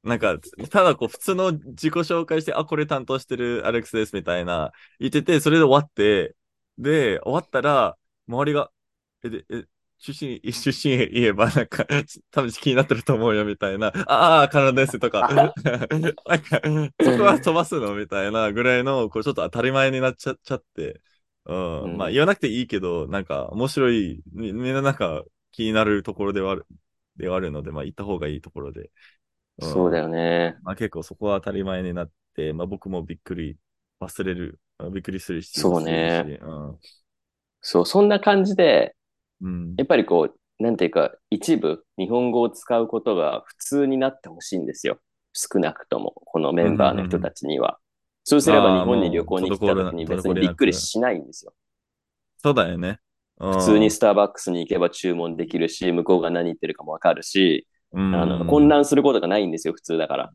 Speaker 2: なんか、ただこう、普通の自己紹介して、あ、これ担当してるアレックスですみたいな、言ってて、それで終わって、で、終わったら、周りが、え、で、え、出身、出身言えば、なんか、多分気になってると思うよ、みたいな。ああ、カナダですとか。なんか、そこは飛ばすのみたいなぐらいの、こう、ちょっと当たり前になっちゃちゃって。うん。
Speaker 1: うん
Speaker 2: まあ、言わなくていいけど、なんか、面白い、みみんななんか、気になるところではある、ではあるので、まあ、行った方がいいところで。ん
Speaker 1: そうだよね。
Speaker 2: まあ、結構そこは当たり前になって、まあ、僕もびっくり、忘れる、あびっくりするし。
Speaker 1: そうね
Speaker 2: 忘れるし。
Speaker 1: そう、そんな感じで、
Speaker 2: うん。うん
Speaker 1: やっぱりこう、なんていうか、一部、日本語を使うことが普通になってほしいんですよ。少なくとも、このメンバーの人たちには。そうすれば日本に旅行に来た時に別にびっくりしないんですよ。
Speaker 2: そうだよね。普
Speaker 1: 普通にスターバックスに行けば注文できるし、向こうが何言ってるかもわかるし、あの混乱することがないんですよ、普通だから。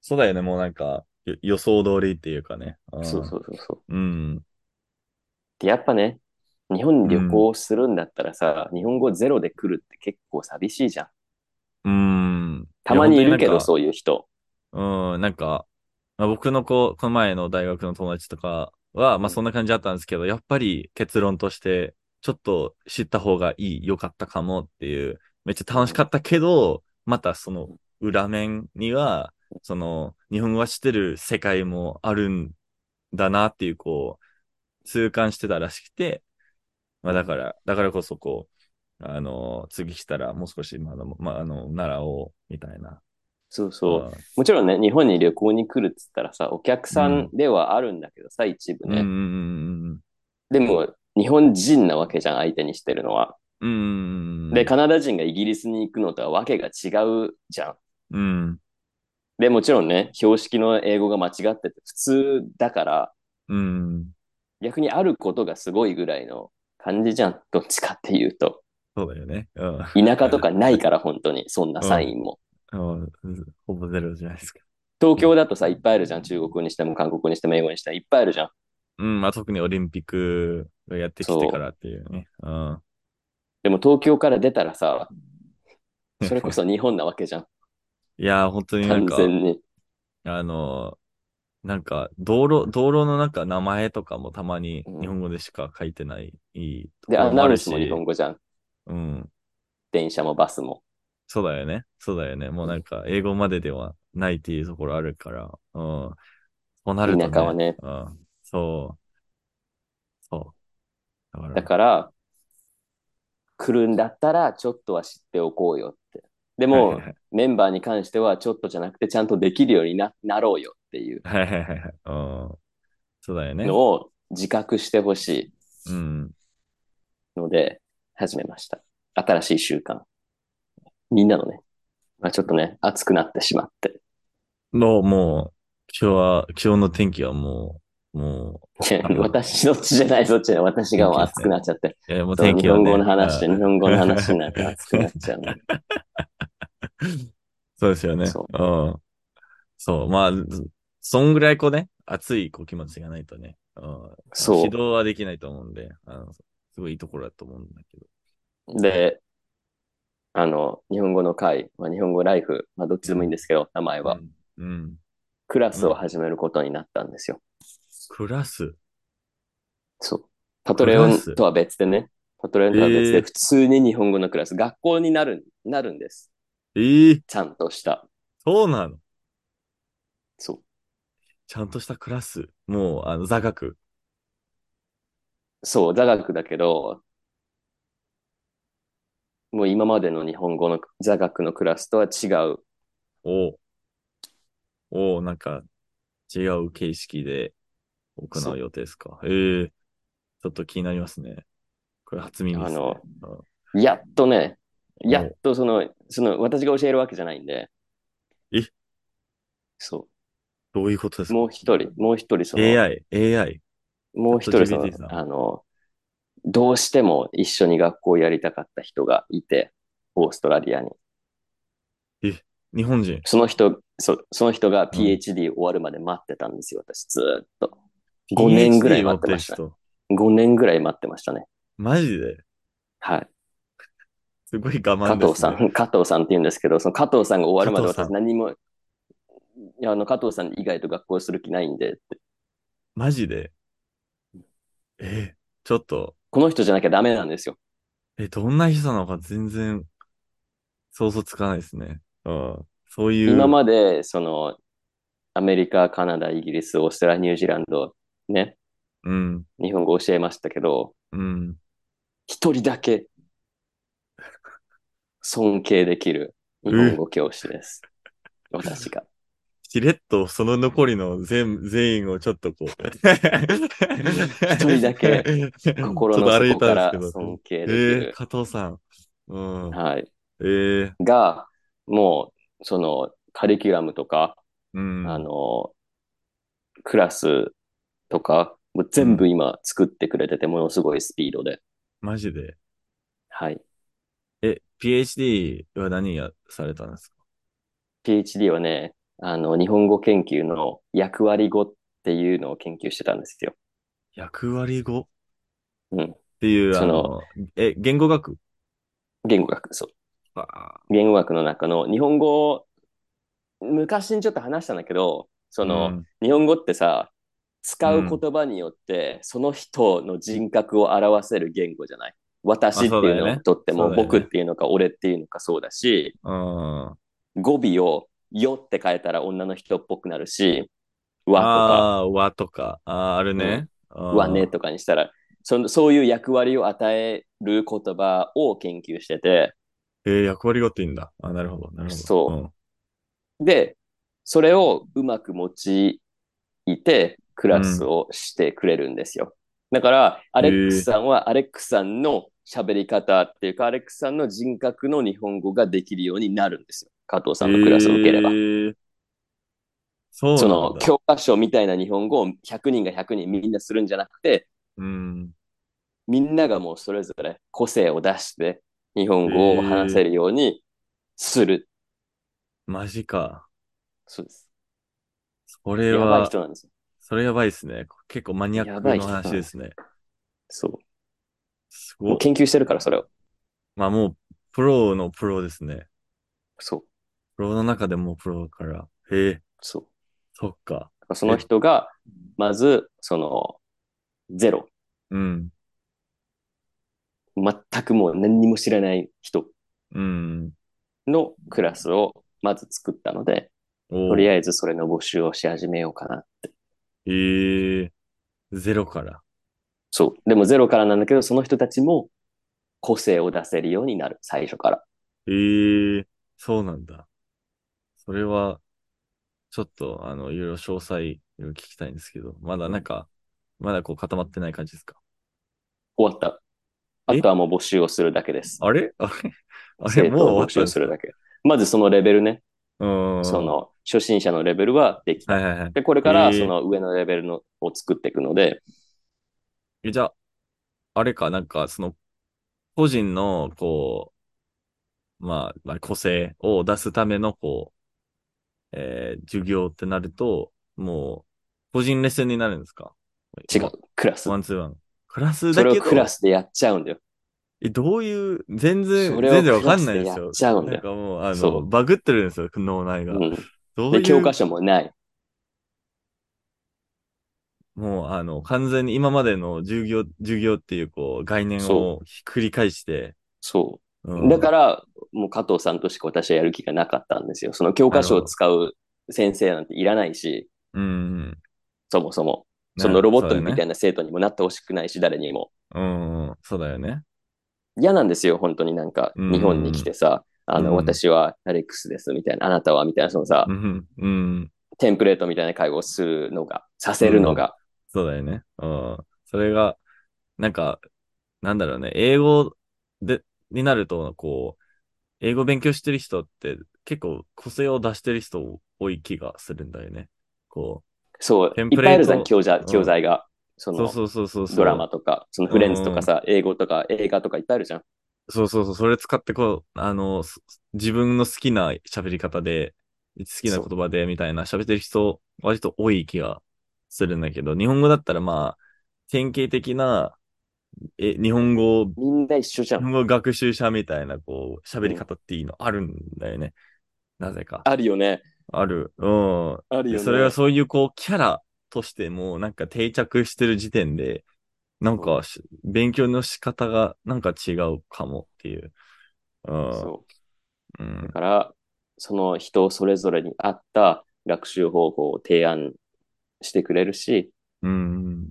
Speaker 2: そうだよね、もうなんか、よ予想通りっていうかね。うん
Speaker 1: そうそうそうそう。
Speaker 2: うん。
Speaker 1: で、やっぱね、日本に旅行するんだったらさ、日本語ゼロで来るって結構寂しいじゃん。
Speaker 2: うん。
Speaker 1: たまにいるけ
Speaker 2: い
Speaker 1: ど、
Speaker 2: や本
Speaker 1: そういう人。
Speaker 2: うん、なんか、まあ、僕のこう、この前の大学の友達とかは、まあそんな感じだったんですけど、やっぱり結論として、ちょっと知った方がいい、良かったかもっていう、めっちゃ楽しかったけど、またその裏面には、その、日本語は知ってる世界もあるんだなっていう、こう、痛感してたらしくて、まあだから、だからこそこう、あの、次来たらもう少し、まあ、まあ、あの、習おう、みたいな。
Speaker 1: そうそう。もちろんね、日本に旅行に来るっつったらさ、お客さんではあるんだけどさ、一部
Speaker 2: うん。うん
Speaker 1: ね。
Speaker 2: うん
Speaker 1: でも、日本人なわけじゃん、相手にしてるのは。
Speaker 2: うんうん。
Speaker 1: で、カナダ人がイギリスに行くのとはわけが違うじゃん。
Speaker 2: うん。
Speaker 1: で、もちろんね、標識の英語が間違ってて普通だから、
Speaker 2: うん。
Speaker 1: 逆にあることがすごいぐらいの感じじゃん。どっちかっていうと。
Speaker 2: そうだよね。う
Speaker 1: 田
Speaker 2: ん。
Speaker 1: 舎とかないから、本当に、そんなサインも。
Speaker 2: うんほぼゼロじゃないですか。
Speaker 1: 東京だとさ、いっぱいあるじゃん。中国にしても、韓国にしても、英語にしても、いっぱいあるじゃん。
Speaker 2: うん。まあ、特にオリンピックがやってきてからっていうね。うん。
Speaker 1: でも、東京から出たらさ、それこそ日本なわけじゃん。
Speaker 2: いやー、本当にな
Speaker 1: 完
Speaker 2: んか、
Speaker 1: 全に。
Speaker 2: あのー、なんか、道路、道路の中、名前とかもたまに
Speaker 1: うん
Speaker 2: 日本語でしか書いてない。いいと
Speaker 1: で、
Speaker 2: こ
Speaker 1: ア
Speaker 2: ろも
Speaker 1: ナ
Speaker 2: あ
Speaker 1: ウ
Speaker 2: る
Speaker 1: ン
Speaker 2: し
Speaker 1: スも日本語じゃん。
Speaker 2: うん。
Speaker 1: 電車もバスも。
Speaker 2: そうだよね。そうだよね。もうなんか、英語までではないっていうところあるから。うん。そうなるとね。
Speaker 1: 田舎はね。
Speaker 2: うん。そう。そう。から
Speaker 1: だから、来るんだったら、ちょっとは知っておこうよって。でも、
Speaker 2: はいはい
Speaker 1: メンバーに関しては、ちょっとじゃなくて、ちゃんとできるようにななろうよっていう
Speaker 2: はいはいはいはい。うん。そうだよね。
Speaker 1: のを自覚してほし
Speaker 2: うん。
Speaker 1: いので、始めました。新しい習慣。みんなのね、まあ、ちょっとね、熱くなってしまって。
Speaker 2: もう、もう、今日は、今日の天気はもう、もなるほど
Speaker 1: 私どっちじゃない、そっちじゃない。私がもう熱くなっちゃって。
Speaker 2: う、えーもう天気
Speaker 1: 日
Speaker 2: は、ね。
Speaker 1: 本語の話で、
Speaker 2: あ
Speaker 1: 日本語の話にな って熱くなっちゃうの。
Speaker 2: そうですよね。
Speaker 1: そ
Speaker 2: うん。そう。まあ、そんぐらいこうね、熱いこう気持ちがないとね、うん、
Speaker 1: そう
Speaker 2: 指導はできないと思うんで、あのすごいいいところだと思うんだけど。
Speaker 1: で、あの、日本語の会、まあ、日本語ライフ、まあ、どっちでもいいんですけど、名前は、
Speaker 2: うん、うん。
Speaker 1: クラスを始めることになったんですよ。
Speaker 2: クラス。
Speaker 1: そう。パトレオ
Speaker 2: クラ
Speaker 1: ン
Speaker 2: ス
Speaker 1: とは別でね、パトレオンとは別
Speaker 2: えー
Speaker 1: で、普通に日本語のクラス、学校になる、なるんです。
Speaker 2: ええ
Speaker 1: ちゃんとした。
Speaker 2: そうなの
Speaker 1: そう。
Speaker 2: ちゃんとしたクラス。もう、あの、座学。
Speaker 1: そう、座学だけど、もう今までの日本語の座学のクラスとは違う。
Speaker 2: を、を、なんか、違う形式で行
Speaker 1: そうう
Speaker 2: 予定ですか。ええちょっと気になりますね。これ初耳です、ね。
Speaker 1: やっとね、
Speaker 2: うん
Speaker 1: やっとその、その、私が教えるわけじゃないんで。
Speaker 2: え
Speaker 1: そう。
Speaker 2: どういうことですか
Speaker 1: もう一人、もう一人その、
Speaker 2: AI、AI。
Speaker 1: もう一人そ
Speaker 2: ChatGPT
Speaker 1: の
Speaker 2: さ、ん
Speaker 1: あの、どうしても一緒に学校をやりたかった人がいて、オーストラリアに。
Speaker 2: 日本人。
Speaker 1: その人、そその人が
Speaker 2: うん
Speaker 1: PhD 終わるまで待ってたんですよ、私、ずーっと。5年ぐらい待ってました
Speaker 2: PhD 持ってる人
Speaker 1: 5年ぐらい待ってましたね。
Speaker 2: マジで
Speaker 1: はい。
Speaker 2: すごい我
Speaker 1: 加
Speaker 2: 慢です、ね。
Speaker 1: 藤さん、加藤さんって言うんですけど、その加藤さんが終わるまで
Speaker 2: 加藤
Speaker 1: 私
Speaker 2: さん
Speaker 1: 何も、いやあの、加藤さん以外と学校する気ないんでって、
Speaker 2: マジでえちょっと、
Speaker 1: この人じゃなきゃダメなんですよ。
Speaker 2: え、どんな人なのか全然想像つかないですね。うん。そういう。
Speaker 1: 今まで、その、アメリカ、カナダ、イギリス、オーストラリア、ニュージーランド、ね、
Speaker 2: うん。
Speaker 1: 日本語教えましたけど、
Speaker 2: うん。
Speaker 1: 一人だけ尊敬できる日本語教師です。私が。
Speaker 2: しれっとその残りの全、全員をちょっと こう。一
Speaker 1: 人だけ心の底から尊敬でき
Speaker 2: えー、
Speaker 1: る。
Speaker 2: 加藤さん。うん。
Speaker 1: はい。
Speaker 2: えー、
Speaker 1: が、もう、その、カリキュラムとか、
Speaker 2: うん。
Speaker 1: あの、クラスとか、もう全部今作ってくれてて、ものすごいスピードで。
Speaker 2: マジで。
Speaker 1: はい。
Speaker 2: え、PhD は何やされたんですか
Speaker 1: PhD はね、あの、日本語研究の役割語っていうのを研究してたんですよ。
Speaker 2: 役割語っ
Speaker 1: うん。
Speaker 2: ていう、
Speaker 1: そ
Speaker 2: あ
Speaker 1: の
Speaker 2: の、え、言語学
Speaker 1: 言語学、そう。
Speaker 2: あ
Speaker 1: 言語学の中の日本語、昔にちょっと話したんだけど、その、日本語ってさ、使う言葉によって、その人の人格を表せる言語じゃない。私っていうのをとって
Speaker 2: そう
Speaker 1: も、
Speaker 2: だよね
Speaker 1: 僕っていうのか、俺っていうのかそうだし、
Speaker 2: うん。うん
Speaker 1: 語尾をよって変えたら女の人っぽくなるし、わ
Speaker 2: あー、和とか。あー、あるね。
Speaker 1: と
Speaker 2: あ
Speaker 1: か、
Speaker 2: ー
Speaker 1: わね。とかにしたら、そのそういう役割を与える言葉を研究してて、
Speaker 2: えー、役割語って言うんだ。あ、なるほど、なるほど。
Speaker 1: そう
Speaker 2: うん。
Speaker 1: で、それをうまく用いて、クラスをしてくれるんですよ。だから、アレックスさんはアレックスさんの喋り方っていうか、アレックスさんの人格の日本語ができるようになるんですよ。加藤さんのクラスを受ければ
Speaker 2: え。ーそうなんだ
Speaker 1: その教科書みたいな日本語を100人が100人みんなするんじゃなくて、
Speaker 2: うん。
Speaker 1: みんながもうそれぞれ個性を出して日本語を話せるようにする。
Speaker 2: マジか。
Speaker 1: そうです。
Speaker 2: それ
Speaker 1: やばい
Speaker 2: は、
Speaker 1: 人なんですよ。
Speaker 2: それやばいですね。結構マニアッ
Speaker 1: や
Speaker 2: ク
Speaker 1: ばい
Speaker 2: の
Speaker 1: 人だ
Speaker 2: 話ですね。
Speaker 1: そ
Speaker 2: す
Speaker 1: う。も
Speaker 2: ご
Speaker 1: う
Speaker 2: い。
Speaker 1: 研究してるから、それを。
Speaker 2: まあもう、プロのプロですね。
Speaker 1: そう。
Speaker 2: プロの中でもプロだから。へえ、
Speaker 1: そう。
Speaker 2: そっか。
Speaker 1: その人が、まず、その、ゼロ。
Speaker 2: うん。
Speaker 1: 全くもう何にも知らない人
Speaker 2: うん。
Speaker 1: のクラスをまず作ったので、
Speaker 2: お
Speaker 1: とり
Speaker 2: ー
Speaker 1: あえずそれの募集をし始めようかな。
Speaker 2: ええゼロから。
Speaker 1: そう。でもゼロからなんだけど、その人たちも個性を出せるようになる、最初から。
Speaker 2: ええそうなんだ。それは、ちょっと、あの、いろいろ詳細、いろいろ聞きたいんですけど、まだなんか、まだこう固まってない感じですか
Speaker 1: 終わった。あ
Speaker 2: え
Speaker 1: とはもう募集をするだけです。
Speaker 2: あれあれあ
Speaker 1: 生
Speaker 2: れもう
Speaker 1: 徒を
Speaker 2: 終わ
Speaker 1: 募
Speaker 2: ったん
Speaker 1: 集
Speaker 2: ですす
Speaker 1: るだけ。まずそのレベルね。
Speaker 2: うん。
Speaker 1: そ。の、初心者のレベルはできた。
Speaker 2: はいはいはい。
Speaker 1: で、これか
Speaker 2: へ
Speaker 1: ら
Speaker 2: ー
Speaker 1: その上のレベルのを作っていくので、
Speaker 2: えじゃあ、あれか、なんか、その、個人の、こう、まあ、まあ個性を出すための、こう、えー授業ってなると、もう、個人レッスンになるんですか
Speaker 1: 違う。、クラス
Speaker 2: ワ。ンツーワン。クラスだ
Speaker 1: そ
Speaker 2: け
Speaker 1: れ
Speaker 2: ど、
Speaker 1: をクラスでやっちゃうんだよ。
Speaker 2: え、どういう、全然、
Speaker 1: それを
Speaker 2: 全然わかんないです
Speaker 1: ク
Speaker 2: よ
Speaker 1: ラ。スでやっちゃうんだよ
Speaker 2: なんかもう、あ
Speaker 1: そ
Speaker 2: の、
Speaker 1: う
Speaker 2: バグってるんですよ、脳内が。
Speaker 1: う
Speaker 2: ど
Speaker 1: ん。
Speaker 2: うい
Speaker 1: で、
Speaker 2: う、
Speaker 1: 教科書もない。
Speaker 2: もう、あの、完全に今までの授業、授業っていう、こう、概念を
Speaker 1: そ
Speaker 2: ひっくり返して、
Speaker 1: そうう。
Speaker 2: ん
Speaker 1: だから、もう加藤さんとしか私はやる気がなかったんですよ。その教科書を使う先生なんていらないし、
Speaker 2: うんうん。
Speaker 1: そもそも。
Speaker 2: な
Speaker 1: そのロボット
Speaker 2: そうだ
Speaker 1: み
Speaker 2: よ
Speaker 1: た
Speaker 2: ね
Speaker 1: いな生徒にもなってほしくないし、誰にも。
Speaker 2: うんうん、そうだよね。
Speaker 1: 嫌なんですよ、本当になんか、
Speaker 2: うん
Speaker 1: 日本に来てさ、あ
Speaker 2: うん
Speaker 1: の、私はアレックスです、みたいな、あなたは、みたいな、そのさ
Speaker 2: う、ん、うん、
Speaker 1: テンプレートみたいな会話をするのが、させるのが、
Speaker 2: そうだよね。うん。それが、なんか、なんだろうね、英語で、になると、こう、英語勉強してる人って結構個性を出してる人多い気がするんだよね。こ
Speaker 1: そう、
Speaker 2: テン
Speaker 1: いっ
Speaker 2: プレート
Speaker 1: ぱいあるじゃん、教
Speaker 2: う
Speaker 1: 材
Speaker 2: ん、
Speaker 1: 教材が。そう
Speaker 2: そう
Speaker 1: の、
Speaker 2: そうそうそうそう。
Speaker 1: ドラマとか、そのフレンズとかさ、英語とか映画とかいっぱいあるじゃん。
Speaker 2: そうそうそう、それ使ってこう、あの、す自分の好きな喋り方で、好きな
Speaker 1: そう
Speaker 2: 言葉でみたいな喋ってる人、割と多い気がするんだけど、日本語だったらまあ、典型的な、え、日本語、日
Speaker 1: みんな一緒じゃん。
Speaker 2: 本語学習者みたいな、こう、喋り方っていうのあるんだよね。なぜか。
Speaker 1: あるよね。
Speaker 2: ある。うん。
Speaker 1: ある
Speaker 2: で
Speaker 1: よね。
Speaker 2: それはそういうこう、キャラとしても、なんか定着してる時点で、なんかし、勉強の仕方がなんか違うかもっていう。うん。
Speaker 1: そうう。
Speaker 2: ん
Speaker 1: だ。から、その人それぞれに合った学習方法を提案してくれるし、
Speaker 2: うん。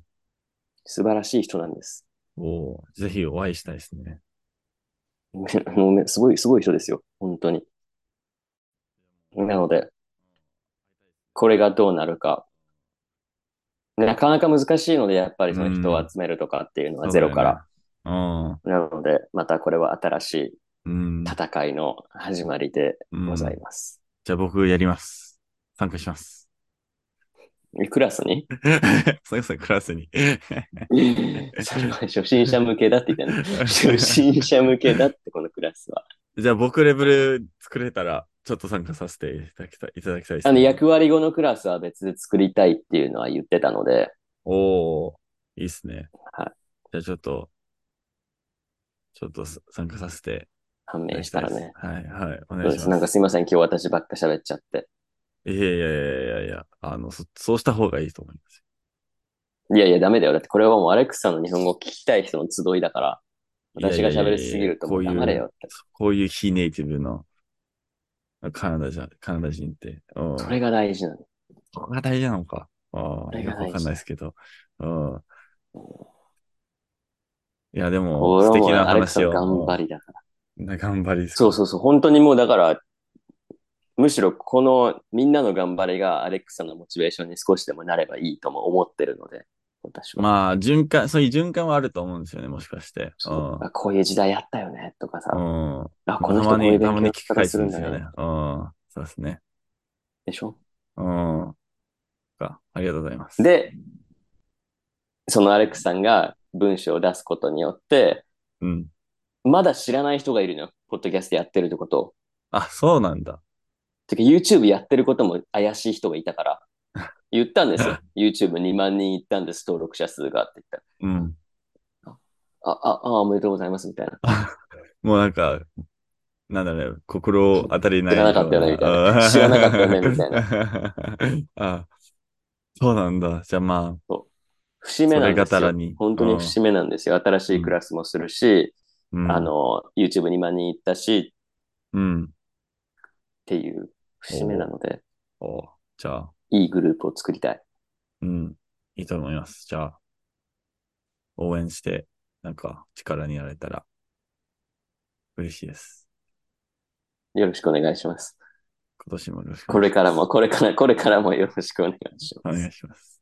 Speaker 1: 素晴らしい人なんです。
Speaker 2: おーぜひお会いしたいですね。
Speaker 1: もうねすごい、すごい人ですよ。本当に。なので、これがどうなるか。なかなか難しいので、やっぱりその人を集めるとかっていうのはゼロから。
Speaker 2: ら。
Speaker 1: なので、またこれは新しい
Speaker 2: うん。うん。
Speaker 1: 戦いの始まりでございます。
Speaker 2: じゃあ僕やります。参加 します。
Speaker 1: クラス に
Speaker 2: そうそう、クラ スに。
Speaker 1: それは初心者向けだって言ってね。初心者向けだって、このクラ スは。
Speaker 2: じゃあ僕レベル作れたら、ちょっと参加させていただきたい、いただきたいです、
Speaker 1: あの、役割後のクラスは別で作りたいっていうのは言ってたので、
Speaker 2: おー、いいっすね。
Speaker 1: はい。
Speaker 2: じゃあちょっと、ちょっとさ参加させて
Speaker 1: 判
Speaker 2: いた
Speaker 1: 明
Speaker 2: だ
Speaker 1: し
Speaker 2: きた
Speaker 1: た
Speaker 2: いで
Speaker 1: ら
Speaker 2: す。
Speaker 1: ね。
Speaker 2: はい、はい、お
Speaker 1: そ
Speaker 2: 願
Speaker 1: う
Speaker 2: い
Speaker 1: で
Speaker 2: し
Speaker 1: す。な
Speaker 2: ま
Speaker 1: んか
Speaker 2: す。
Speaker 1: すいません、今日私ばっか喋っちゃって。
Speaker 2: いやいやいやいやいや、あの、そそうした方がいいと思います。
Speaker 1: いやいや、ダメだよ。だってこれはもうアレックスさんの日本語を聞きたい人の集いだから、私が喋りすぎるともう黙れよって。
Speaker 2: こういう非ネイティブのカナダじゃ、カナダ人って。うん、
Speaker 1: それが大事なの。
Speaker 2: ここが大事なのか。あ
Speaker 1: そ
Speaker 2: あ、
Speaker 1: れ
Speaker 2: よ
Speaker 1: が
Speaker 2: くわ
Speaker 1: 大事
Speaker 2: かんないですけど。うん。いや、でも、
Speaker 1: これ
Speaker 2: 素
Speaker 1: はも
Speaker 2: 敵
Speaker 1: う
Speaker 2: な
Speaker 1: アレックスさ
Speaker 2: 話
Speaker 1: ん
Speaker 2: を。
Speaker 1: の頑張
Speaker 2: り。
Speaker 1: りだから。
Speaker 2: 頑張りですか
Speaker 1: そうそうそう。本当にもうだから、むしろこのみんなの頑張りがアレックスさんのモチベーションに少しでもなればいいとも思ってるので、私は。
Speaker 2: まあ、循環、そういう循環はあると思うんですよね、もしかして。
Speaker 1: そうあこういう時代あったよね、とかさ。
Speaker 2: うん。うん。
Speaker 1: あ、この人
Speaker 2: た
Speaker 1: こ
Speaker 2: ま
Speaker 1: ういう
Speaker 2: に、た
Speaker 1: 勉
Speaker 2: まに
Speaker 1: 強
Speaker 2: 聞
Speaker 1: し
Speaker 2: き
Speaker 1: 方
Speaker 2: 返
Speaker 1: す
Speaker 2: す
Speaker 1: る
Speaker 2: ん
Speaker 1: ん
Speaker 2: です
Speaker 1: だ
Speaker 2: よね
Speaker 1: ね。。
Speaker 2: うん。そうですね。
Speaker 1: でしょ
Speaker 2: うん。かありがとうございます。
Speaker 1: で、そのアレックスさんが文章を出すことによって、
Speaker 2: うん。
Speaker 1: まだ知らない人がいるのよ。ポッドキャストやってるってことを。
Speaker 2: あ、そうなんだ。
Speaker 1: てか YouTube やってることも怪しい人がいたから。言ったん ですよ。YouTube2 万人いったんです、登録者数がって言ったら
Speaker 2: うん。
Speaker 1: あ、あ、あ、おめでとうございます、みたいな。
Speaker 2: もうなんか、なんだろうね、心当たりない
Speaker 1: 知らなかったよねみたいな知らなかったよねみたい
Speaker 2: な。 あそうなんだ。じゃあま
Speaker 1: 節目なんです
Speaker 2: それがたら
Speaker 1: よ
Speaker 2: に。
Speaker 1: 本当に節目なんですよ。新しいクラスもするし、
Speaker 2: あ、うん、
Speaker 1: あ、の、YouTube2 万人いったし、
Speaker 2: うん。
Speaker 1: っていう節目なので、
Speaker 2: おじゃあ、
Speaker 1: いいグループを作りたい。
Speaker 2: うん、いいと思います。じゃあ、応援して、なんか力になれたら嬉しいです。
Speaker 1: よろしくお願いします。
Speaker 2: 今年もよろしく
Speaker 1: これからも、これから、これからもよろしくお願いし
Speaker 2: お
Speaker 1: ます
Speaker 2: 願。いします。